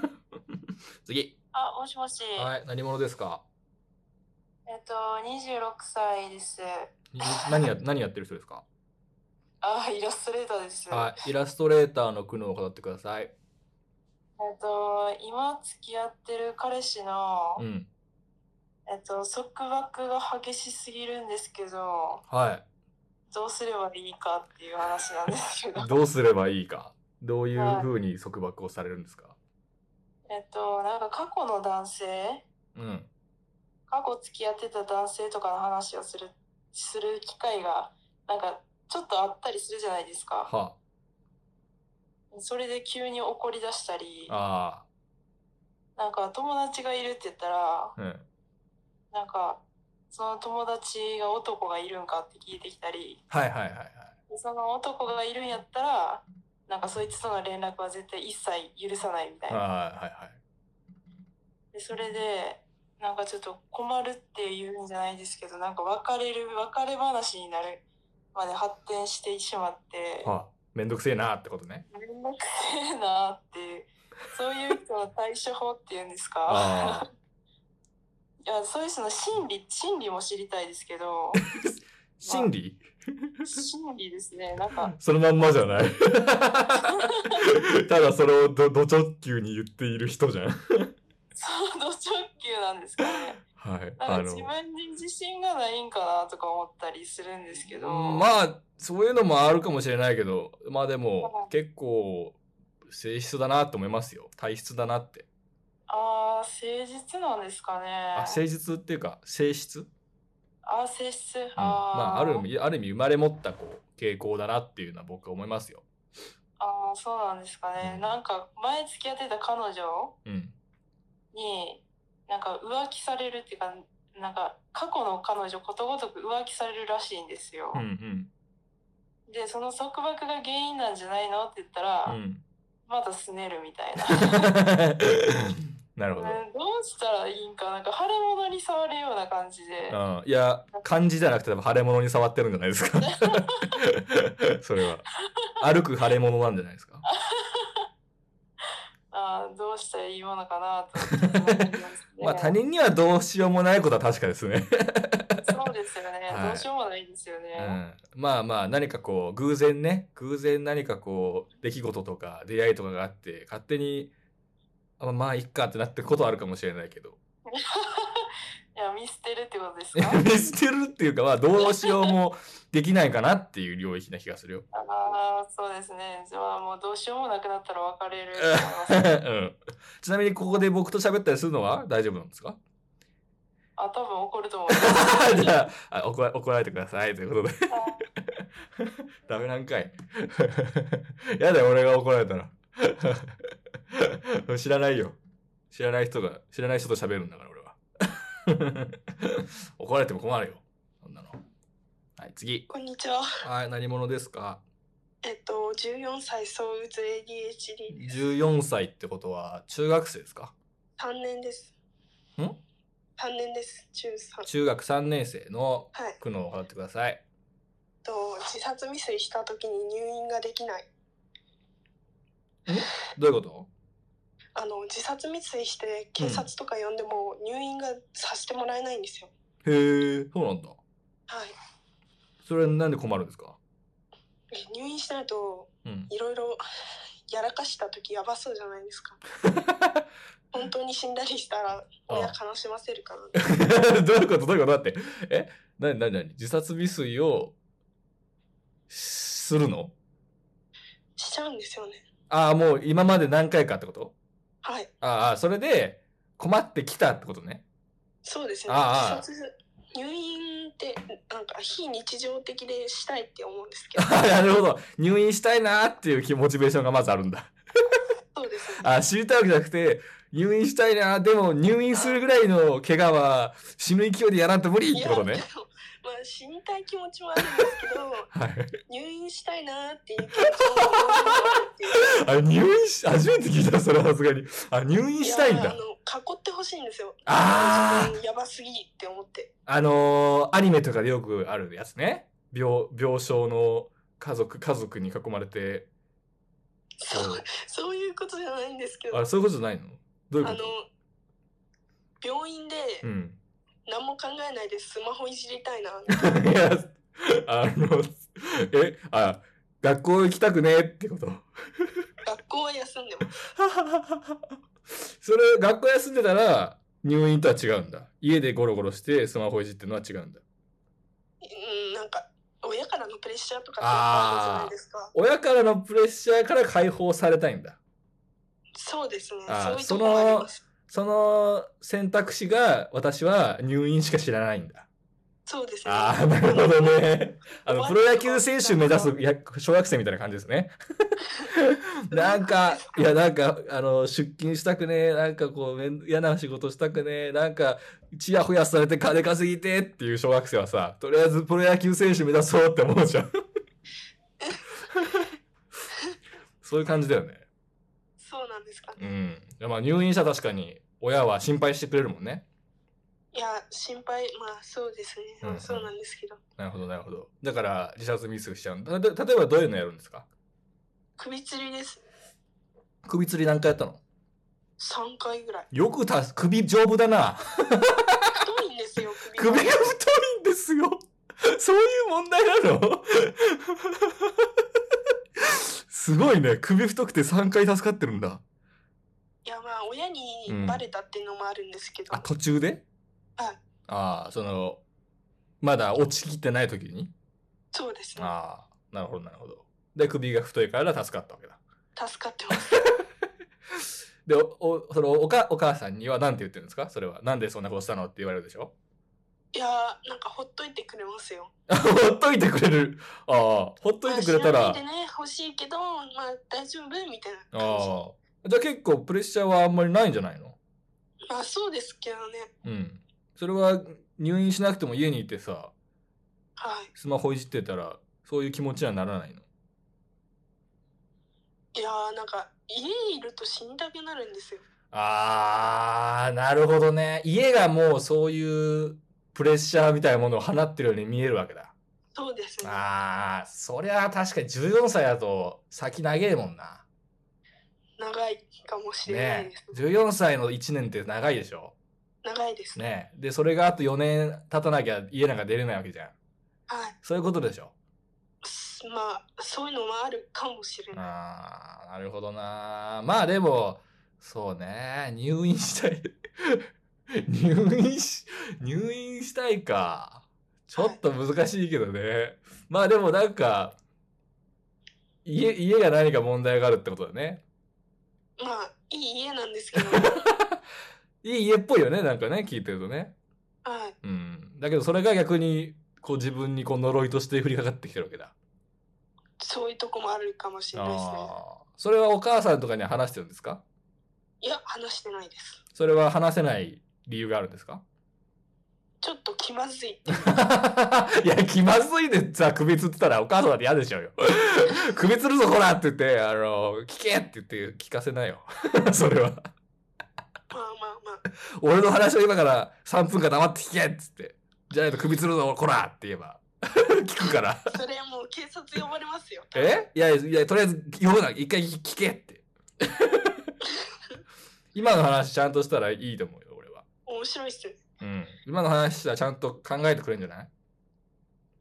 Speaker 1: 次。
Speaker 10: あ、もしもし。
Speaker 1: はい、何者で すか
Speaker 10: えっと、26歳です。
Speaker 1: に何や何やってる人ですか
Speaker 10: あ、イラストレーターです。
Speaker 1: はい、イラストレーターの苦悩を語ってください。
Speaker 10: えっと、今付き合ってる彼氏の、
Speaker 1: うん。
Speaker 10: えっと、束縛が激しすぎるんですけど、
Speaker 1: は
Speaker 10: どうすればいいかっていう話なんですけど
Speaker 1: い。。 どうすればいいか。どういうふうに束縛をされるんですか、
Speaker 10: えっと、なんか過去の男性、
Speaker 1: うん。
Speaker 10: 過去付き合ってた男性とかの話をする、する機会が、なんか、ちょっとあったりするじゃないですか。
Speaker 1: は
Speaker 10: それで急に怒り出したり、
Speaker 1: あ。
Speaker 10: なんか友達がいるって言ったら、
Speaker 1: ああ。うん。
Speaker 10: なんか、その友達が男がいるんかって聞いてきたり、
Speaker 1: はいはいはいはい。
Speaker 10: でその男がいるんやったら、なんかそいつとの連絡は絶対一切許さないみたい
Speaker 1: はい
Speaker 10: な。
Speaker 1: はいはい。
Speaker 10: でそれで、なんかちょっと困るっていうんじゃないですけど、なんか別れる、別れ話になるまで発展してしまって、
Speaker 1: はあ、めんどくせえなってことね。
Speaker 10: めんどくせえなっていう、そういう人の対処法っていうんです
Speaker 1: あ
Speaker 10: か。
Speaker 1: あ。
Speaker 10: いや、そういう人の心理、心理も知りたいですけど、
Speaker 1: 心理
Speaker 10: 心理ですね、なんか、
Speaker 1: そのまんまじゃない。 ただそれをど、ど直球に言っている人じゃん。
Speaker 10: そのド直球なんですかね。
Speaker 1: はい。
Speaker 10: なんか自分に自信がないんかなとか思ったりするんですけど、
Speaker 1: まあそういうのもあるかもしれないけどまあで
Speaker 10: は
Speaker 1: も
Speaker 10: い
Speaker 1: 結構性質だなって思いますよ体質だなって
Speaker 10: ああ、誠実なんですかね。
Speaker 1: あ誠実っていうか性質、うん
Speaker 10: あー、性質。
Speaker 1: ま
Speaker 10: あー
Speaker 1: あある意味ある意味生まれ持ったこう傾向だなっていうのは僕は思いますよ
Speaker 10: あー、そうなんですかね。
Speaker 1: うん
Speaker 10: なんか、前付き合ってた彼女
Speaker 1: うん
Speaker 10: に、なんか浮気されるっていうかなんか過去の彼女ことごとく浮気されるらしいんですよ、
Speaker 1: うん
Speaker 10: でその束縛が原因なんじゃないのって言ったら、
Speaker 1: うんうん。
Speaker 10: まだすねるみたいな
Speaker 1: なるほど。
Speaker 10: ねど うしたらいいんかなんか腫れ物に触るような感じで
Speaker 1: うん、いや漢字じゃなくて多分腫れ物に触ってるんじゃないですか それは歩く腫れ物なんじゃないですか
Speaker 10: あーどうしたらいいものかなとちょっと 思いますね
Speaker 1: まあ他人にはどうしようもないことは確かですね、
Speaker 10: そうですよね、
Speaker 1: はい
Speaker 10: どうしようもないですよね、
Speaker 1: うん、まあまあ何かこう偶然ね偶然何かこう出来事とか出会いとかがあって勝手にあまあいっかってなってることはあるかもしれないけど
Speaker 10: いや見捨てるってことです
Speaker 1: 見
Speaker 10: か
Speaker 1: 捨てるっていうかまあどうしようもできないかなっていう領域な気がするよ、
Speaker 10: ああそうですねじゃあもうどうしようもなくなったら別れると思います
Speaker 1: うん、ちなみにここで僕と喋ったりするのは大丈夫なんですか
Speaker 10: あ多分怒ると思います
Speaker 1: じゃああ怒ら怒られてくださいということでダメなんかいやだよ俺が怒られたら知らないよ知らない人が知らない人と喋るんだから俺は怒られても困るよそんなのはい次
Speaker 11: こんにちは。
Speaker 1: はい何者ですか
Speaker 11: えっと、14歳躁うつ ADHD です。
Speaker 1: 14歳ってことは中学生ですか
Speaker 11: 3年です。
Speaker 1: ん
Speaker 11: ?3 年です。中3。
Speaker 1: 中学3年生の
Speaker 11: はい。えっ
Speaker 1: 苦悩を払ってください
Speaker 11: と、自殺未遂した時に入院ができない。
Speaker 1: どういうこと
Speaker 11: あの、自殺未遂して警察とか呼んでも入院がさせてもらえないんですよ。
Speaker 1: へえそうなんだ
Speaker 11: はい。
Speaker 1: それなんで困るんですか
Speaker 11: え入院しないと
Speaker 1: うん
Speaker 11: いろいろやらかした時やばそうじゃない ですか。本当に死んだりしたら親悲しませるかな。
Speaker 1: どういうことどういうことだって。えなになになに自殺未遂をするの
Speaker 11: しちゃうんですよね。
Speaker 1: ああ、もう今まで何回かってこと
Speaker 11: はい。
Speaker 1: ああ、それで困ってきたってことね。
Speaker 11: そうですね。
Speaker 1: ああ
Speaker 11: 自殺入院ってなんか非日常的でしたいって思うんですけど、
Speaker 1: ああなるほど。入院したいなーっていう気モチベーションがまずあるんだ。
Speaker 11: そうですね。
Speaker 1: ああ、知りたいわけじゃなくて、入院したいなーでも入院するぐらいの怪我は死ぬ勢いでやらんと無理ってこと
Speaker 11: い
Speaker 1: ね
Speaker 11: や。でもまあ死にたい気持ちもあるんですけど、
Speaker 1: はい。
Speaker 11: 入院したいなーっていう気持ちもあるっていう。
Speaker 1: あ、入院し、初めて聞いた、それはさすがに。あ、入院したいん
Speaker 11: やあ
Speaker 1: だ
Speaker 11: の。囲ってほしいんですよ。
Speaker 1: ああ
Speaker 11: 自分やばすぎって思って。
Speaker 1: あのーアニメとかでよくあるやつね。病、病床の家族、家族に囲まれて。
Speaker 11: そう そういうことじゃないんですけど、あ
Speaker 1: あ、そういうことじゃないのどういうこ
Speaker 11: の
Speaker 1: と
Speaker 11: 病院で
Speaker 1: うん。
Speaker 11: 何も考えないでスマホいじりたいな。
Speaker 1: いや、あの、え、あ、学校行きたくねえってこと。
Speaker 11: 学校は休んでます。
Speaker 1: それ、学校休んでたら、入院とは違うんだ。家でゴロゴロしてスマホいじってのは違うんだ。
Speaker 11: うん、なんか親からのプレッシャーとかってやっぱあるじゃないですか。
Speaker 1: 親からのプレッシャーから解放されたいんだ。
Speaker 11: そうですね。
Speaker 1: あ
Speaker 11: そう
Speaker 1: ー
Speaker 11: いうところあります。
Speaker 1: その選択肢が、私は入院しか知らないんだ。
Speaker 11: そうですね。
Speaker 1: ああ、なるほどね。 あの、プロ野球選手目指すや小学生みたいな感じです ね。なんか、いや、なんか、あの、出勤したくねえ、なんかこうめん、嫌な仕事したくねえ、なんか、ちやほやされて金稼ぎてえっていう小学生はさ、とりあえずプロ野球選手目指そうって思うじ ゃん。そういう感じだよね。
Speaker 11: そうなんですかね。
Speaker 1: うん。いやまあ、入院した確かに、親は心配してくれるもんね。
Speaker 11: いや、心配、まあそうですね。
Speaker 1: うんうん
Speaker 11: そうなんですけど。
Speaker 1: なるほど、なるほど。だから、自殺ミスしちゃうんだ。たと例えばどういうのやるんですか
Speaker 11: 首吊りです。
Speaker 1: 首吊り何回やったの
Speaker 11: 3回ぐらい。
Speaker 1: よくた、首丈夫だな。
Speaker 11: 太いんですよ、
Speaker 1: 首
Speaker 11: 首
Speaker 1: が
Speaker 11: が。
Speaker 1: 太いんですよ。そういう問題なのすごいね。首太くて3回助かってるんだ。
Speaker 11: いや、まあ親にバレたっていうのもあるんですけど。
Speaker 1: あ、途中で
Speaker 11: はい
Speaker 1: ああ、その、まだ落ちきってない時に
Speaker 11: そうですね。
Speaker 1: ああ、なるほど、なるほど。で、首が太いから助かったわけだ。
Speaker 11: 助かってます。
Speaker 1: で、お、おそのおか、お母さんには何て言ってるんですかそれは。なんでそんなことしたのって言われるでしょ
Speaker 11: いや、なんかほっといてくれますよ。
Speaker 1: ほっといてくれる。ああ、ほっといてくれ
Speaker 11: ま
Speaker 1: たら
Speaker 11: あ死なない。でね、欲しいけど、まあ大丈夫みたいな感
Speaker 1: ああ。じゃあ結構プレッシャーはあんまりないんじゃないの
Speaker 11: じ。あそうですけどね
Speaker 1: うん。それは入院しなくても家にいてさ、
Speaker 11: はい
Speaker 1: スマホいじってたら、そういう気持ちにはならないの。
Speaker 11: いやーなんか家にいると死にたくなるんですよ
Speaker 1: あー、なるほどね。家がもうそういうプレッシャーみたいなものを放ってるように見えるわけだ。
Speaker 11: そうですね
Speaker 1: あー、そりゃ確かに14歳だと先長えもんな。
Speaker 11: 長いかもしれない
Speaker 1: ね
Speaker 11: です、
Speaker 1: 14歳の1年って長いでしょ
Speaker 11: 長いですね
Speaker 1: ねで、それがあと4年経たなきゃ家なんか出れないわけじゃん。
Speaker 11: はい
Speaker 1: そういうことでしょ。
Speaker 11: すまあそういうのもあるかもしれない
Speaker 1: あー、なるほどな。まあでも、そうね。入院したい。 入院し、入院したいか。ちょっと難しいけどね。まあでもなんか、家、家が何か問題があるってことだね。
Speaker 11: まあいい家なん ですけど
Speaker 1: いい家っぽいよね、なんかね、聞いてるとね。
Speaker 11: はい
Speaker 1: うん。だけどそれが逆に、こう自分にこう呪いとして降りかかってきてるわけだ。
Speaker 11: そういうとこもあるかもしれないですね
Speaker 1: ああ。それはお母さんとかには話してるんですか
Speaker 11: いや話してないです
Speaker 1: それは話せない理由があるんですか
Speaker 11: ちょっと気まずいって
Speaker 1: いや、気まずいでさ、首つってたらお母さんだって嫌でしょうよ。 首つるぞ、こらって言って、あの、聞けって言って聞かせなよ。 それは。
Speaker 11: まあまあまあ
Speaker 1: 俺の話を今から3分間黙って聞けっつって。じゃないと首つるぞ、こらって言えば。 聞くから。
Speaker 11: それはもう警察呼ばれますよ
Speaker 1: えいやいや、とりあえず読むな、一回聞けって。 今の話ちゃんとしたらいいと思うよ、俺は。
Speaker 11: 面白いっすね
Speaker 1: うん。今の話したらちゃんと考えてくれるんじゃない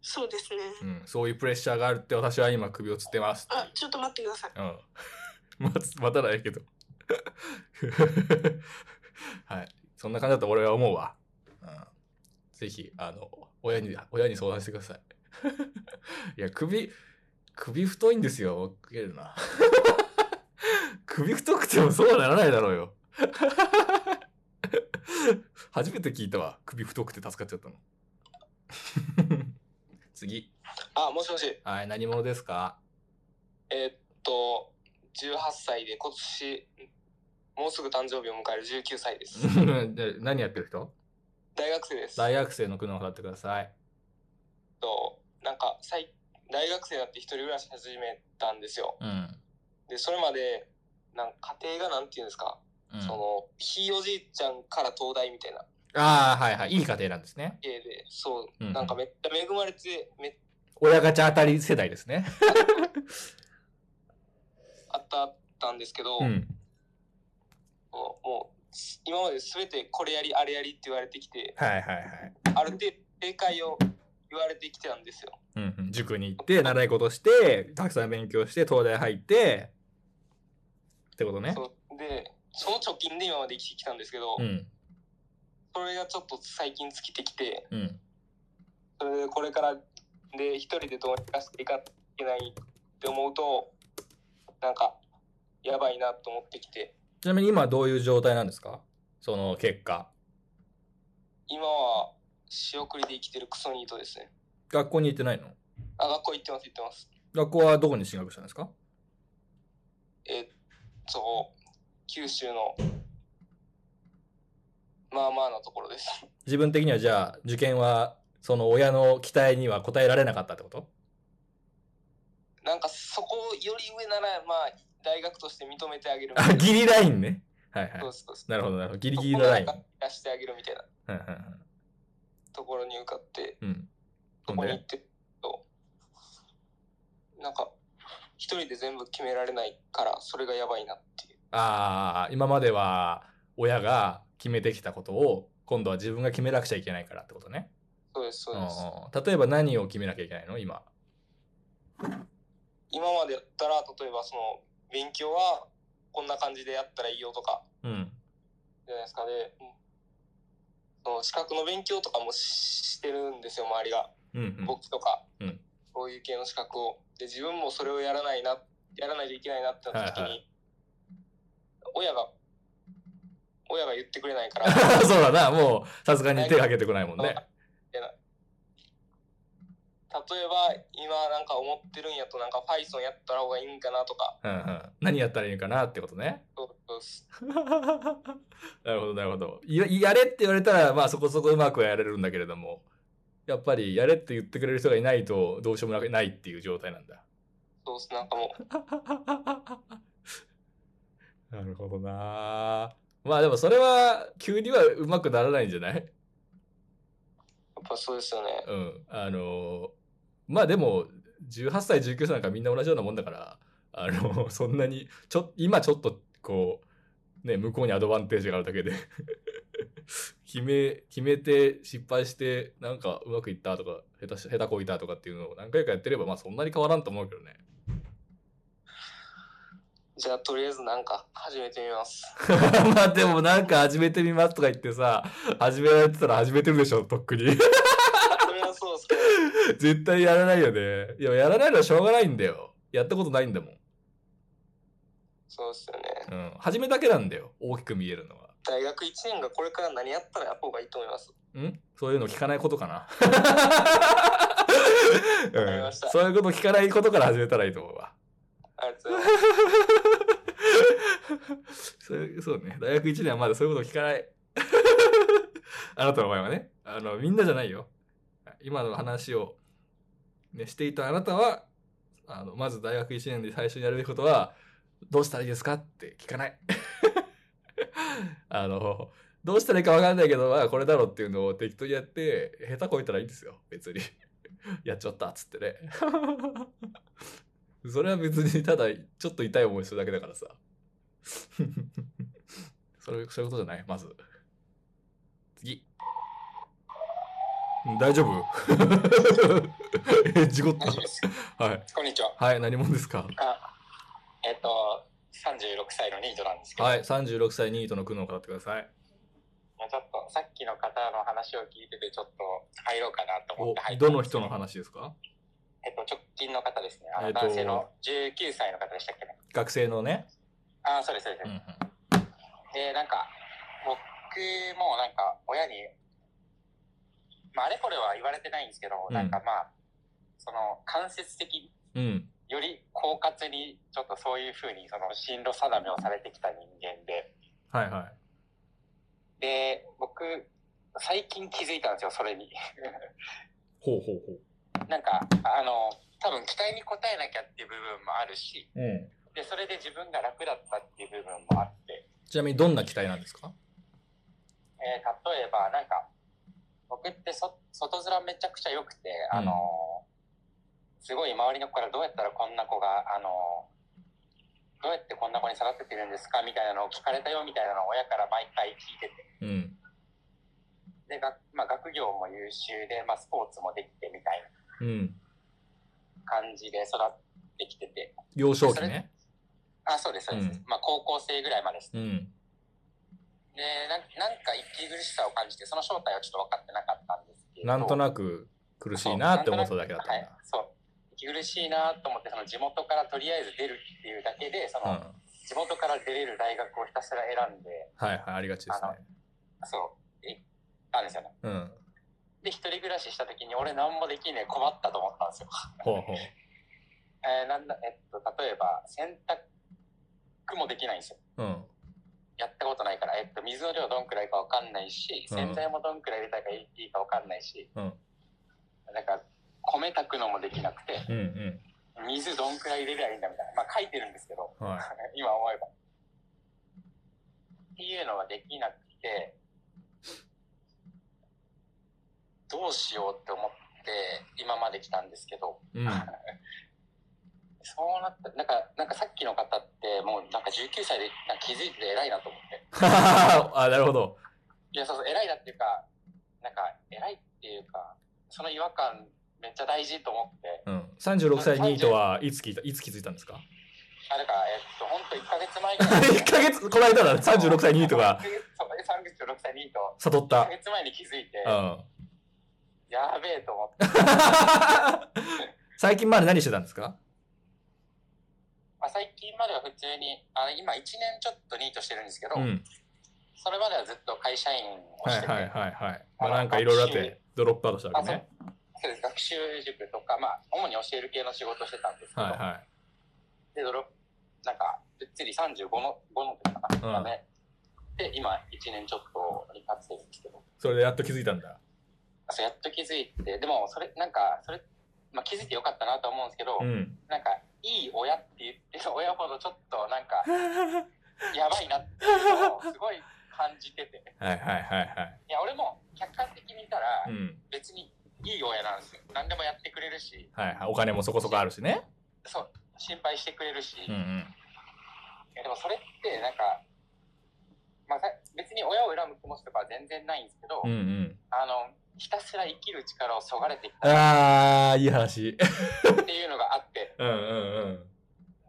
Speaker 11: そうですね
Speaker 1: うん。そういうプレッシャーがあるって私は今首をつってます
Speaker 11: あちょっと待ってください
Speaker 1: うん。 待つ、待たないけど。はい。そんな感じだと俺は思うわ。うん。ぜひ、あの、親に、親に相談してくださ い。いや、首、首太いんですよ。受けるな。 首太くてもそうはならないだろうよ。 初めて聞いたわ。首太くて助かっちゃったの。 次。
Speaker 9: あ、もしもし。
Speaker 1: はい、何者ですか。
Speaker 9: えーっと、18歳で今年、もうすぐ誕生日を迎える19歳です
Speaker 1: で何やってる人
Speaker 9: 大学生です。
Speaker 1: 大学生の苦悩を語ってください。
Speaker 9: となんか最大学生だって一人暮らし始めたんですよ
Speaker 1: うん。
Speaker 9: でそれまでなんか家庭がなんて言うんですか、
Speaker 1: うん、
Speaker 9: そのひいおじいちゃんから東大みたいな
Speaker 1: ああ、はいはい。いい家庭なんですね。
Speaker 9: 家でそう、
Speaker 1: うんうん
Speaker 9: なんかめっちゃ恵まれてめっ
Speaker 1: 親ガチャ当たり世代ですね。
Speaker 9: あったあったんですけど、
Speaker 1: うん。
Speaker 9: もうもう今まで全てこれやりあれやりって言われてきて
Speaker 1: はいはいはい。
Speaker 9: ある程度正解を言われてきてたんですよ
Speaker 1: うんうん、塾に行って、習い事して、たくさん勉強して、東大入って、ってことね。
Speaker 9: そうでその貯金で今まで生きてきたんですけど、
Speaker 1: うん。
Speaker 9: それがちょっと最近尽きてきて、
Speaker 1: うん。
Speaker 9: それでこれからで一人でどうにかしていかなきゃいけないって思うとなんかやばいなと思ってきて
Speaker 1: ちなみに今どういう状態なんですかその結果。
Speaker 9: 今は仕送りで生きてるクソニートですね
Speaker 1: 学校に行ってないの
Speaker 9: あ学校行ってます行ってます
Speaker 1: 学校はどこに進学したんですか
Speaker 9: えっと九州のまあまあなところです
Speaker 1: 自分的にはじゃあ、受験は、その親の期待には応えられなかったってこと
Speaker 9: なんかそこより上ならまあ大学として認めてあげるみた
Speaker 1: あ、
Speaker 9: いな
Speaker 1: ギリラインね。はいはい
Speaker 9: そうですそうです。
Speaker 1: なるほど、なるほど。ギリギリのライン。
Speaker 9: そこをなんか出してあげるみたいな
Speaker 1: うんうん
Speaker 9: ところに受かって
Speaker 1: うん。うん。
Speaker 9: そこに行ってと、なんか、一人で全部決められないから、それがやばいなっていう。
Speaker 1: ああ、今までは親が決めてきたことを、今度は自分が決めなくちゃいけないからってことね。
Speaker 9: そうです、そうです。
Speaker 1: うんうん例えば何を決めなきゃいけないの今。
Speaker 9: 今までだったら、例えばその、勉強はこんな感じでやったらいいよとか、
Speaker 1: うん。
Speaker 9: じゃないですかね。うんその資格の勉強とかもししてるんですよ、周りが。
Speaker 1: うん、うん。
Speaker 9: 簿記とか、
Speaker 1: うん
Speaker 9: そういう系の資格を。で、自分もそれをやらないな、やらないといけないなってなった時 に、
Speaker 1: はいは
Speaker 9: 親が、親が言ってくれない から、
Speaker 1: そうだな、もう、さすがに手がけてこないもん
Speaker 9: わ
Speaker 1: ね
Speaker 9: か。ってない
Speaker 8: 例えば今なんか思ってるんやとなんか Python やった方がいいんかなとか
Speaker 1: うんうん、何やったらいいのかなってことね。
Speaker 8: そうそうす
Speaker 1: なるほど、なるほど。ややれって言われたら、まあそこそこうまくはやれるんだけれども、やっぱりやれって言ってくれる人がいないと、どうしようもなないっていう状態なんだ。
Speaker 8: そうすなんか もう
Speaker 1: なるほどなまあでもそれは、急にはうまくならないんじゃない
Speaker 8: やっぱそうですよね
Speaker 1: うん。あの、まあでも、18歳、19歳なんかみんな同じようなもんだから、あの、そんなに、ちょ、今ちょっと、こう、ね、向こうにアドバンテージがあるだけで、 決め、決めて、失敗して、なんかうまくいったとか、下手し、下手こいたとかっていうのを何回かやってれば、まあそんなに変わらんと思うけどね。
Speaker 8: じゃあとりあえずなんか始めてみます
Speaker 1: まあでもなんか始めてみますとか言ってさ、始められてたら始めてるでしょ、とっくに。
Speaker 8: それはそうですけど
Speaker 1: 絶対やらないよね。いや、やらないのはしょうがないんだよ。やったことないんだもん。
Speaker 8: そうですよね
Speaker 1: うん。始めだけなんだよ。大きく見えるのは。
Speaker 8: 大学1年がこれから何やったらやった方がいいと思います
Speaker 1: んそういうの聞かないことかな。
Speaker 8: かり
Speaker 1: うん
Speaker 8: ました
Speaker 1: そういうこと聞かないことから始めたらいいと思うわ。
Speaker 8: ありがとうございます
Speaker 1: そうそうね。大学1年はまだそういうこと聞かない。 あなたの場合はね。あの、みんなじゃないよ。今の話を、ね、していたあなたは、あの、まず大学1年で最初にやるべきことは、どうしたらいいですかって聞かない。 あの、どうしたらいいかわかんないけど、まあ、これだろうっていうのを適当にやって、下手こいたらいいんですよ。別に。 やっちゃったっつってね。それは別にただちょっと痛い思いするだけだからさ。 それ、そういうことじゃないまず。 次。大丈夫 え、事故っ
Speaker 8: 大丈夫です
Speaker 1: た。はい。
Speaker 8: こんにちは
Speaker 1: はい、何者ですか
Speaker 8: あえっと36歳のニートなんですけど、
Speaker 1: はい、36歳ニートの苦悩を語ってください。
Speaker 8: まあちょっとさっきの方の話を聞いててちょっと入ろうかなと思
Speaker 1: お
Speaker 8: って入、った
Speaker 1: ど
Speaker 8: ん
Speaker 1: の
Speaker 8: ですけ
Speaker 1: 人の話ですか
Speaker 8: えっと、直近の方ですね。あ
Speaker 1: えっ
Speaker 8: の
Speaker 1: と
Speaker 8: 男性の19歳の方でしたっけね。
Speaker 1: 学生のね。
Speaker 8: ああ、そうです、そうです。
Speaker 1: うんうん。
Speaker 8: で、なんか、僕もなんか、親に、まあ、あれこれは言われてないんですけど、
Speaker 1: うん
Speaker 8: なんかまあ、その、間接的に、
Speaker 1: うん。
Speaker 8: より狡猾に、ちょっとそういうふうに、その、進路定めをされてきた人間で、
Speaker 1: はいはい。
Speaker 8: で、僕、最近気づいたんですよ、それに。
Speaker 1: ほうほうほう。
Speaker 8: なんか、あの、多分期待に応えなきゃっていう部分もあるし、
Speaker 1: うん。
Speaker 8: で、それで自分が楽だったっていう部分もあって、
Speaker 1: ちなみにどんな期待なんですか
Speaker 8: えー例えばなんか僕ってそ外面めちゃくちゃ良くて、あのーすごい周りの子からどうやったらこんな子が、あのーどうやってこんな子に育ててるんですかみたいなのを聞かれたよみたいなのを親から毎回聞いてて
Speaker 1: うん。
Speaker 8: で、がまあ、学業も優秀で、まあ、スポーツもできてみたいな
Speaker 1: うん。
Speaker 8: 感じで育ってきてて
Speaker 1: 幼少期ね。
Speaker 8: あそうですそうです、
Speaker 1: うん
Speaker 8: まあ、高校生ぐらいまでです、
Speaker 1: うん。
Speaker 8: でなんなんか息苦しさを感じてその正体はちょっと分かってなかったんですけど
Speaker 1: なんとなく苦しいなって思っただけだったんだ。
Speaker 8: そうなんとなくはい、そう息苦しいなと思ってその地元からとりあえず出るっていうだけでそ
Speaker 1: うん。
Speaker 8: の、地元から出れる大学をひたすら選んで
Speaker 1: はいはい、ありがちですね。
Speaker 8: そう行ったんですよね
Speaker 1: うん。
Speaker 8: で一人暮らしした時に俺何もできねえ困ったと思ったんですよ、
Speaker 1: ほうほう。
Speaker 8: えーなんだえっと例えば洗濯もできないんですよ
Speaker 1: うん。
Speaker 8: やったことないから、えっと、水の量どんくらいかわかんないし
Speaker 1: うん
Speaker 8: 洗剤もどんくらい入れたらいいかわかんないし、
Speaker 1: うん
Speaker 8: なんか米炊くのもできなくて
Speaker 1: うんう
Speaker 8: 水どんくらい入れりゃいいんだみたいなまあ書いてるんですけど
Speaker 1: ん。はい。
Speaker 8: 今思えば。っていうのができなくて、どうしようって思って今まで来たんですけど、
Speaker 1: うん。
Speaker 8: そうなった、なんか、なんかさっきの方ってもうなんか19歳でなんか気づいてて偉いなと思って。
Speaker 1: あ、なるほど。
Speaker 8: いや、そうそう、偉いなっていうか、なんか偉いっていうか、その違和感めっちゃ大事と思って、
Speaker 1: うん。36歳ニートはいつ聞いた、いつ気づいたんですか
Speaker 8: あ、だから、えっと、ほんと1ヶ月前ぐら い。
Speaker 1: ?1 ヶ月、この間だ、36歳ニートが
Speaker 8: そう36歳ニート。
Speaker 1: 悟っ
Speaker 8: 1
Speaker 1: た
Speaker 8: ヶ。月前に気づいて、
Speaker 1: うん。
Speaker 8: やべえと思って、
Speaker 1: 最近まで何してたんですか
Speaker 8: まあ、最近までは普通にあの今1年ちょっとニートしてるんですけど、
Speaker 1: うん。
Speaker 8: それまではずっと会社員を
Speaker 1: はい
Speaker 8: してて、
Speaker 1: はいはいはい。まあなんかいろいろあって、ドロップアウトしたわ
Speaker 8: あ
Speaker 1: け
Speaker 8: そ
Speaker 1: ね。
Speaker 8: そうです学習塾とか、まあ、主に教える系の仕事してたんですけど、
Speaker 1: はいは
Speaker 8: で、ドロップ、なんか、ぶっつり35の、5の時かな、
Speaker 1: う
Speaker 8: ダ
Speaker 1: ん
Speaker 8: メで、今、1年ちょっとに経ってるんですけど、
Speaker 1: い。それでやっと気づいたんだ。
Speaker 8: そうやっと気づいて、でも、それ、なんか、それ、まあ、気づいてよかったなと思うんですけど、
Speaker 1: うん。
Speaker 8: なんか、いい親って言ってる 親ほどちょっと、なん か、やばいなっていうのを、すごい感じてて。
Speaker 1: はいはいはいはい。
Speaker 8: いや、俺も、客観的に見たら
Speaker 1: う、ん。
Speaker 8: 別にいい親なんですよ。何でもやってくれるし、
Speaker 1: はいはい。お金もそこそこあるしね。
Speaker 8: そう、心配してくれるし、
Speaker 1: うんうん。
Speaker 8: いやでもそれってなんか、まあ、さ別に親を恨む気持ちとかは全然ないんですけど、
Speaker 1: うんうん。
Speaker 8: あのひたすら生きる力をそがれてきた
Speaker 1: あー、いい話。
Speaker 8: っていうのがあって
Speaker 1: うんうんうん。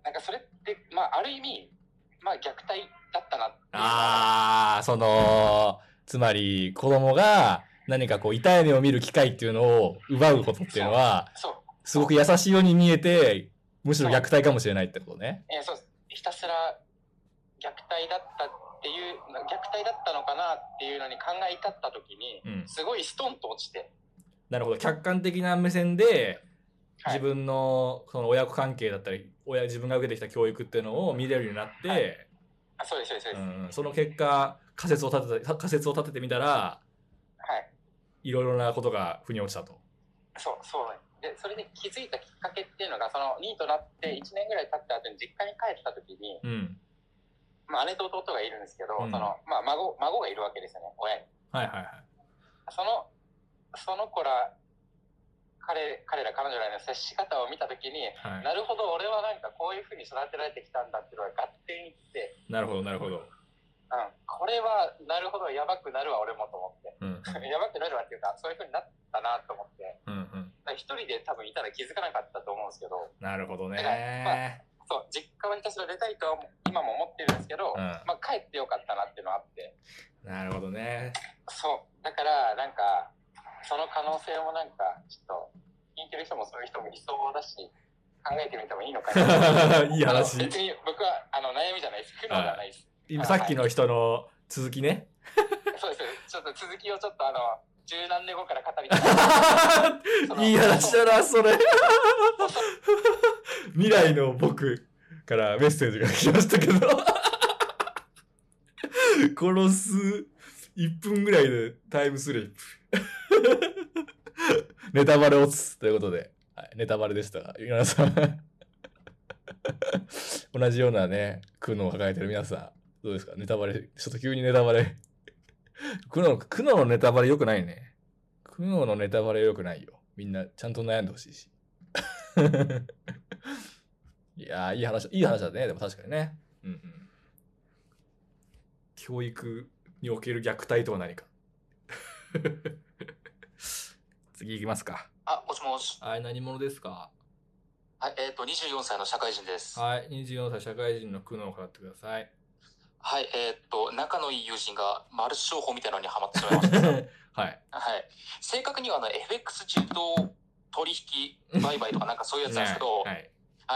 Speaker 8: なんかそれって、まあ、ある意味、まあ、虐待だったなっていうのは
Speaker 1: あー、その、つまり子供が何かこう痛い目を見る機会っていうのを奪うことっていうのは、
Speaker 8: そう、
Speaker 1: すごく優しいように見えて、むしろ虐待かもしれないってことね。
Speaker 8: えーそうですひたすら虐待だったっていう虐待だったのかなっていうのに考え至った時に
Speaker 1: うん。
Speaker 8: すごいストンと落ちて、
Speaker 1: なるほど。客観的な目線で、
Speaker 8: はい
Speaker 1: 自分のその親子関係だったり、親、自分が受けてきた教育っていうのを見れるようになって、
Speaker 8: はいあそうですそうですそうです、
Speaker 1: うん、その結果、仮説を立てた、仮説を立ててみたら、
Speaker 8: はい
Speaker 1: いろいろなことが腑に落ちたと。
Speaker 8: そうそうなんですでそれで気づいたきっかけっていうのがそのニートになって1年ぐらい経った後に実家に帰った時に、
Speaker 1: うん。
Speaker 8: まあ、姉と弟がいるんですけど、
Speaker 1: うん
Speaker 8: そのまあ、孫孫がいるわけですよね親に
Speaker 1: はいはいはい。
Speaker 8: そのその子ら彼彼ら彼女らの接し方を見た時に
Speaker 1: はい
Speaker 8: なるほど俺はなんかこういうふうに育てられてきたんだっていうのが合点いって、
Speaker 1: なるほど、なるほど。
Speaker 8: うん、これはなるほどやばくなるわ俺もと思って
Speaker 1: う ん。
Speaker 8: やばくなるわっていうかそういうふうになったなと思って
Speaker 1: うんうん。
Speaker 8: だから一人で多分いたら気づかなかったと思うんですけど
Speaker 1: なるほど
Speaker 8: だから
Speaker 1: ね。
Speaker 8: そう、実家に私は出たいとはもう今も思ってるんですけど、
Speaker 1: うん。
Speaker 8: まあ帰ってよかったなっていうのはあって。
Speaker 1: なるほどね。
Speaker 8: そう、だからなんか、その可能性もなんか、ちょっと、聞いてる人もそういう人もいそうだし、考えてみてもいいのかな
Speaker 1: 。いい話
Speaker 8: 別に僕はあの悩みじゃないです。苦悩じゃないです。
Speaker 1: 今さっきの人の続きね。
Speaker 8: そうです。ちょっと続きをちょっとあの、十何年後から語りたい。
Speaker 1: いい話だな、 それ。未来の僕からメッセージが来ましたけ ど。殺す1分ぐらいでタイムスリップ。ネタバレをつということで、はい、ネタバレでした。皆さん。 同じようなね、苦悩を抱えてる皆さん、どうですかネタバレ、ちょっと急にネタバレ。 苦悩、苦悩のネタバレ良くないね。苦悩のネタバレ良くないよ。みんなちゃんと悩んでほしいし。 いやー、いい話、いい話だね。でも確かにね。うんうん。教育における虐待とは何か。 次行きますか。
Speaker 12: あ、もしもし。
Speaker 1: はい、何者ですか
Speaker 12: はい、えっ、と、24歳の社会人です。はい、
Speaker 1: はい、24歳社会人の苦悩を語ってください。
Speaker 12: えっ、と、仲のいい友人がマルチ商法みたいなのにハマってしまいました。はい。
Speaker 1: はい。
Speaker 12: 正確にはあの、FX 自動取引売買とかなんかそういうやつなんですけど、
Speaker 1: はいはい。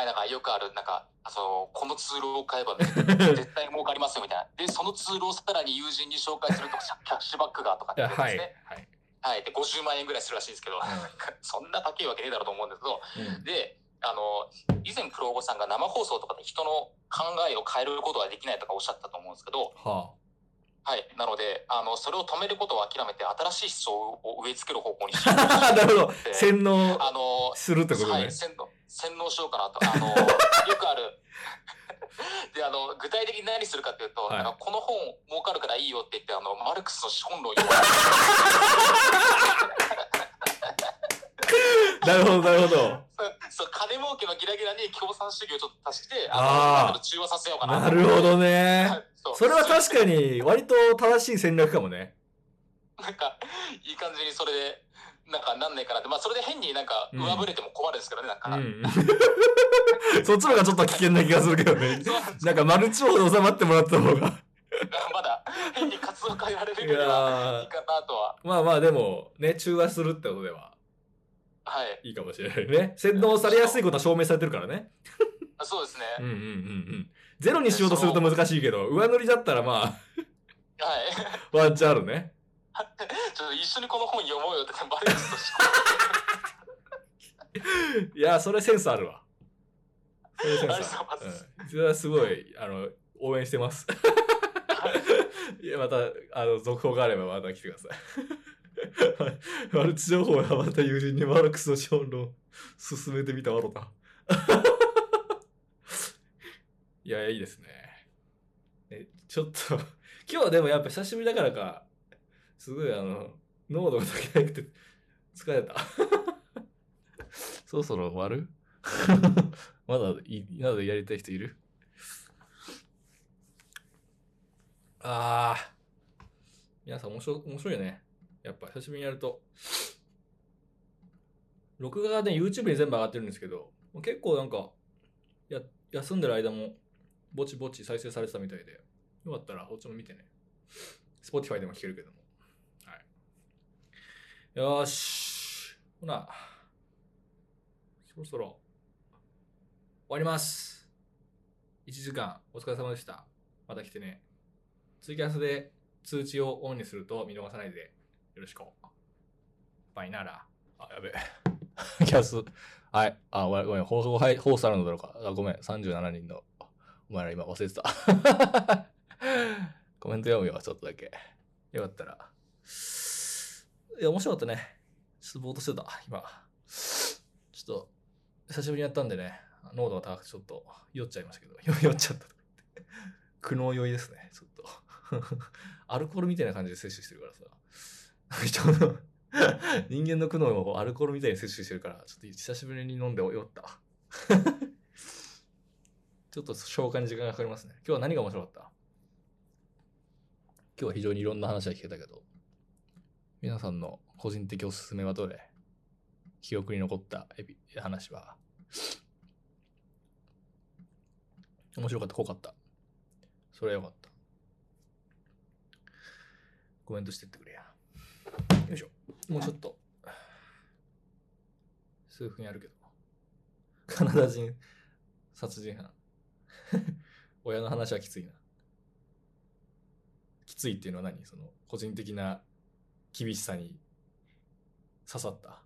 Speaker 12: はい、なんかよくある、なんか、あその、このツールを買え ば絶対儲かりますよみたいな。で、そのツールをさらに友人に紹介するとキャッシュバックがとかっ
Speaker 1: い
Speaker 12: て
Speaker 1: や
Speaker 12: 言うんで
Speaker 1: は
Speaker 12: す
Speaker 1: い。
Speaker 12: ね。
Speaker 1: はい。
Speaker 12: はい、で、50万円ぐらいするらしいんですけど、そんな高いわけねえだろうと思うんですけど、
Speaker 1: うん
Speaker 12: で、あの、以前プロゴさんが生放送とかで人の考えを変えることはできないとかおっしゃったと思うんですけど、
Speaker 1: は
Speaker 12: はい。なので、あの、それを止めることを諦めて、新しい思想を植え付ける方向にしようとして
Speaker 1: あ。なるほど。
Speaker 12: で
Speaker 1: 洗脳
Speaker 12: あの、
Speaker 1: するってこと
Speaker 12: は
Speaker 1: ね
Speaker 12: い、。洗脳、洗脳しようかなと。あ の、よくある。 で、あの、具体的に何するかというと、
Speaker 1: はい
Speaker 12: あのこの本儲かるからいいよって言って、あの、マルクスの資本論を 読む
Speaker 1: なるほど、なるほど。
Speaker 12: そう、金儲けのギラギラに共産主義をちょっと足して、
Speaker 1: あー
Speaker 12: あの、なんか中和させようかな
Speaker 1: なるほどね。
Speaker 12: そう
Speaker 1: それは確かに割と正しい戦略かもね。
Speaker 12: なんか、いい感じにそれで、なんかなんないかなって、まあそれで変になんか
Speaker 1: うん
Speaker 12: 上振れても困るんですけどね、なん
Speaker 1: う
Speaker 12: か。
Speaker 1: ん。 そっちの方がちょっと危険な気がするけどね。
Speaker 12: そう
Speaker 1: なんかマルチ王で収まってもらった方が。
Speaker 12: まだ変に活動変えられる
Speaker 1: い
Speaker 12: よりは、
Speaker 1: や
Speaker 12: いいかなとは。
Speaker 1: まあまあでも、ね、中和するってことでは
Speaker 12: はい。
Speaker 1: いいかもしれないね。洗脳されやすいことは証明されてるからね。
Speaker 12: そうですね。
Speaker 1: うんうんうんうん。ゼロにしようとすると難しいけど、上塗りだったらま
Speaker 12: はい。
Speaker 1: あ、ワンチャンあるね。
Speaker 12: ちょっと一緒にこの本読もうよって、バレるとし
Speaker 1: いや、それセンスあるわ。それセン
Speaker 12: ありが
Speaker 1: ス
Speaker 12: とう
Speaker 1: あ
Speaker 12: ござ
Speaker 1: る
Speaker 12: います。
Speaker 1: うん、それはすごい、あの、応援してます。いや、また、あの、続報があればまた来てください。 マルチ情報はまた友人にマルクスの資本論進めてみたわろた。いや、いいですね。え、ちょっと、 今日はでもやっぱ久しぶりだからか、すごいあの、濃度が足りなくて、疲れた。そろそろ終わ るまだい、まだやりたい人いるああ。皆さん面白、面白いよね。やっぱ久しぶりにやると。録画がね、YouTube に全部上がってるんですけど、結構なんか、や、休んでる間も、ぼちぼち再生されてたみたいで、よかったら、こっちも見てね。Spotify でも聞けるけども。はい。よーし。ほな、そろそろ、終わります。1時間、お疲れ様でした。また来てね。ツイキャスで通知をオンにすると見逃さないで、よろしく。バイなら。あ、やべえ。 キャス。はい。あ、ごめん、ごめん。放送、はい、放送あるのだろうか。あ、ごめん。37人の。お前ら今忘れてた。 コメント読むよ、ちょっとだけ。よかったら。いや、面白かったね。ちょっとぼーっとしてた、今。ちょっと、久しぶりにやったんでね、濃度が高くてちょっと酔っちゃいましたけど、 酔っちゃったとか言って。苦悩酔いですね、ちょっと。 アルコールみたいな感じで摂取してるからさ。 人の、人間の苦悩をアルコールみたいに摂取してるから、ちょっと久しぶりに飲んで酔った。 ちょっと消化に時間がかかりますね。今日は何が面白かった今日は非常にいろんな話が聞けたけど、皆さんの個人的おすすめはどれ記憶に残ったエピ話は面白かった、濃かった。それはよかった。コメントしてってくれや。よいしょ。もうちょっと。数分やるけど。カナダ人殺人犯。 親の話はきついな。きついっていうのは何その個人的な厳しさに刺さった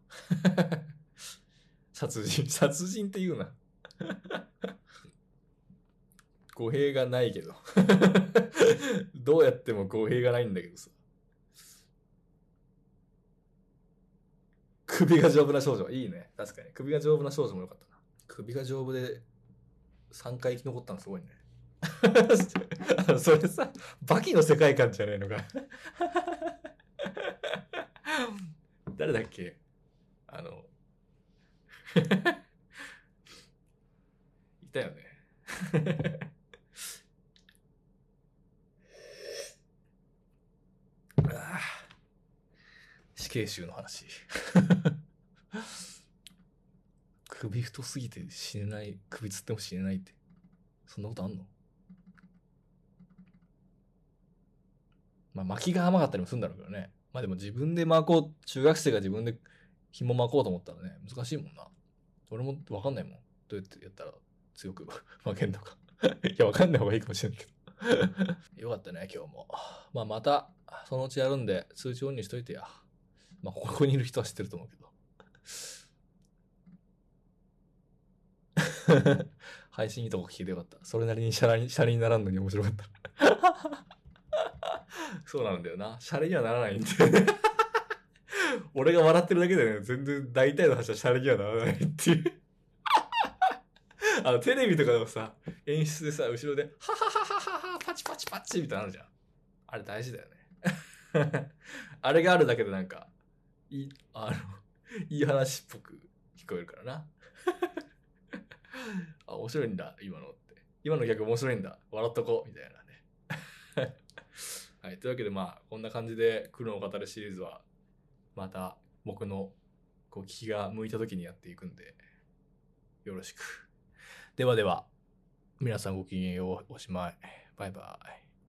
Speaker 1: 殺人 殺人って言うな 語弊がないけど どうやっても語弊がないんだけどさ首が丈夫な少女いいね確かに首が丈夫な少女もよかったな首が丈夫で3回生き残ったのすごいね それさバキの世界観じゃないのか誰だっけあの いたよね ああ死刑囚の話 首太すぎて死ねない首つっても死ねないってそんなことあんのまあ、巻きが甘かったりもするんだろうけどね。まあでも自分で巻こう、中学生が自分で紐巻こうと思ったらね、難しいもんな。俺もわかんないもん。どうやってやったら強く 巻けんのか。いや、わかんない方がいいかもしれないけど。よかったね、今日も。まあまた、そのうちやるんで、通知オンにしといてや。まあ、ここにいる人は知ってると思うけど。配信いいとこ聞いてよかった。それなりにシャラに、シャレにならんのに面白かった。そうなんだよな。シャレにはならないんだよね。 俺が笑ってるだけでね、全然大体の話はシャレにはならないっていう。 あの、テレビとかのさ、演出でさ、後ろで、はははははは、パチパチパチみたいなのあるじゃん。あれ大事だよね。 あれがあるだけでなんか、いい、あの、 いい話っぽく聞こえるからな。 あ、面白いんだ、今のって。今の逆面白いんだ、笑っとこう、みたいなね。 はい、というわけでまあこんな感じで「苦悩を語る」シリーズはまた僕のこう気が向いた時にやっていくんでよろしくではでは皆さんごきげんようおしまいバイバイ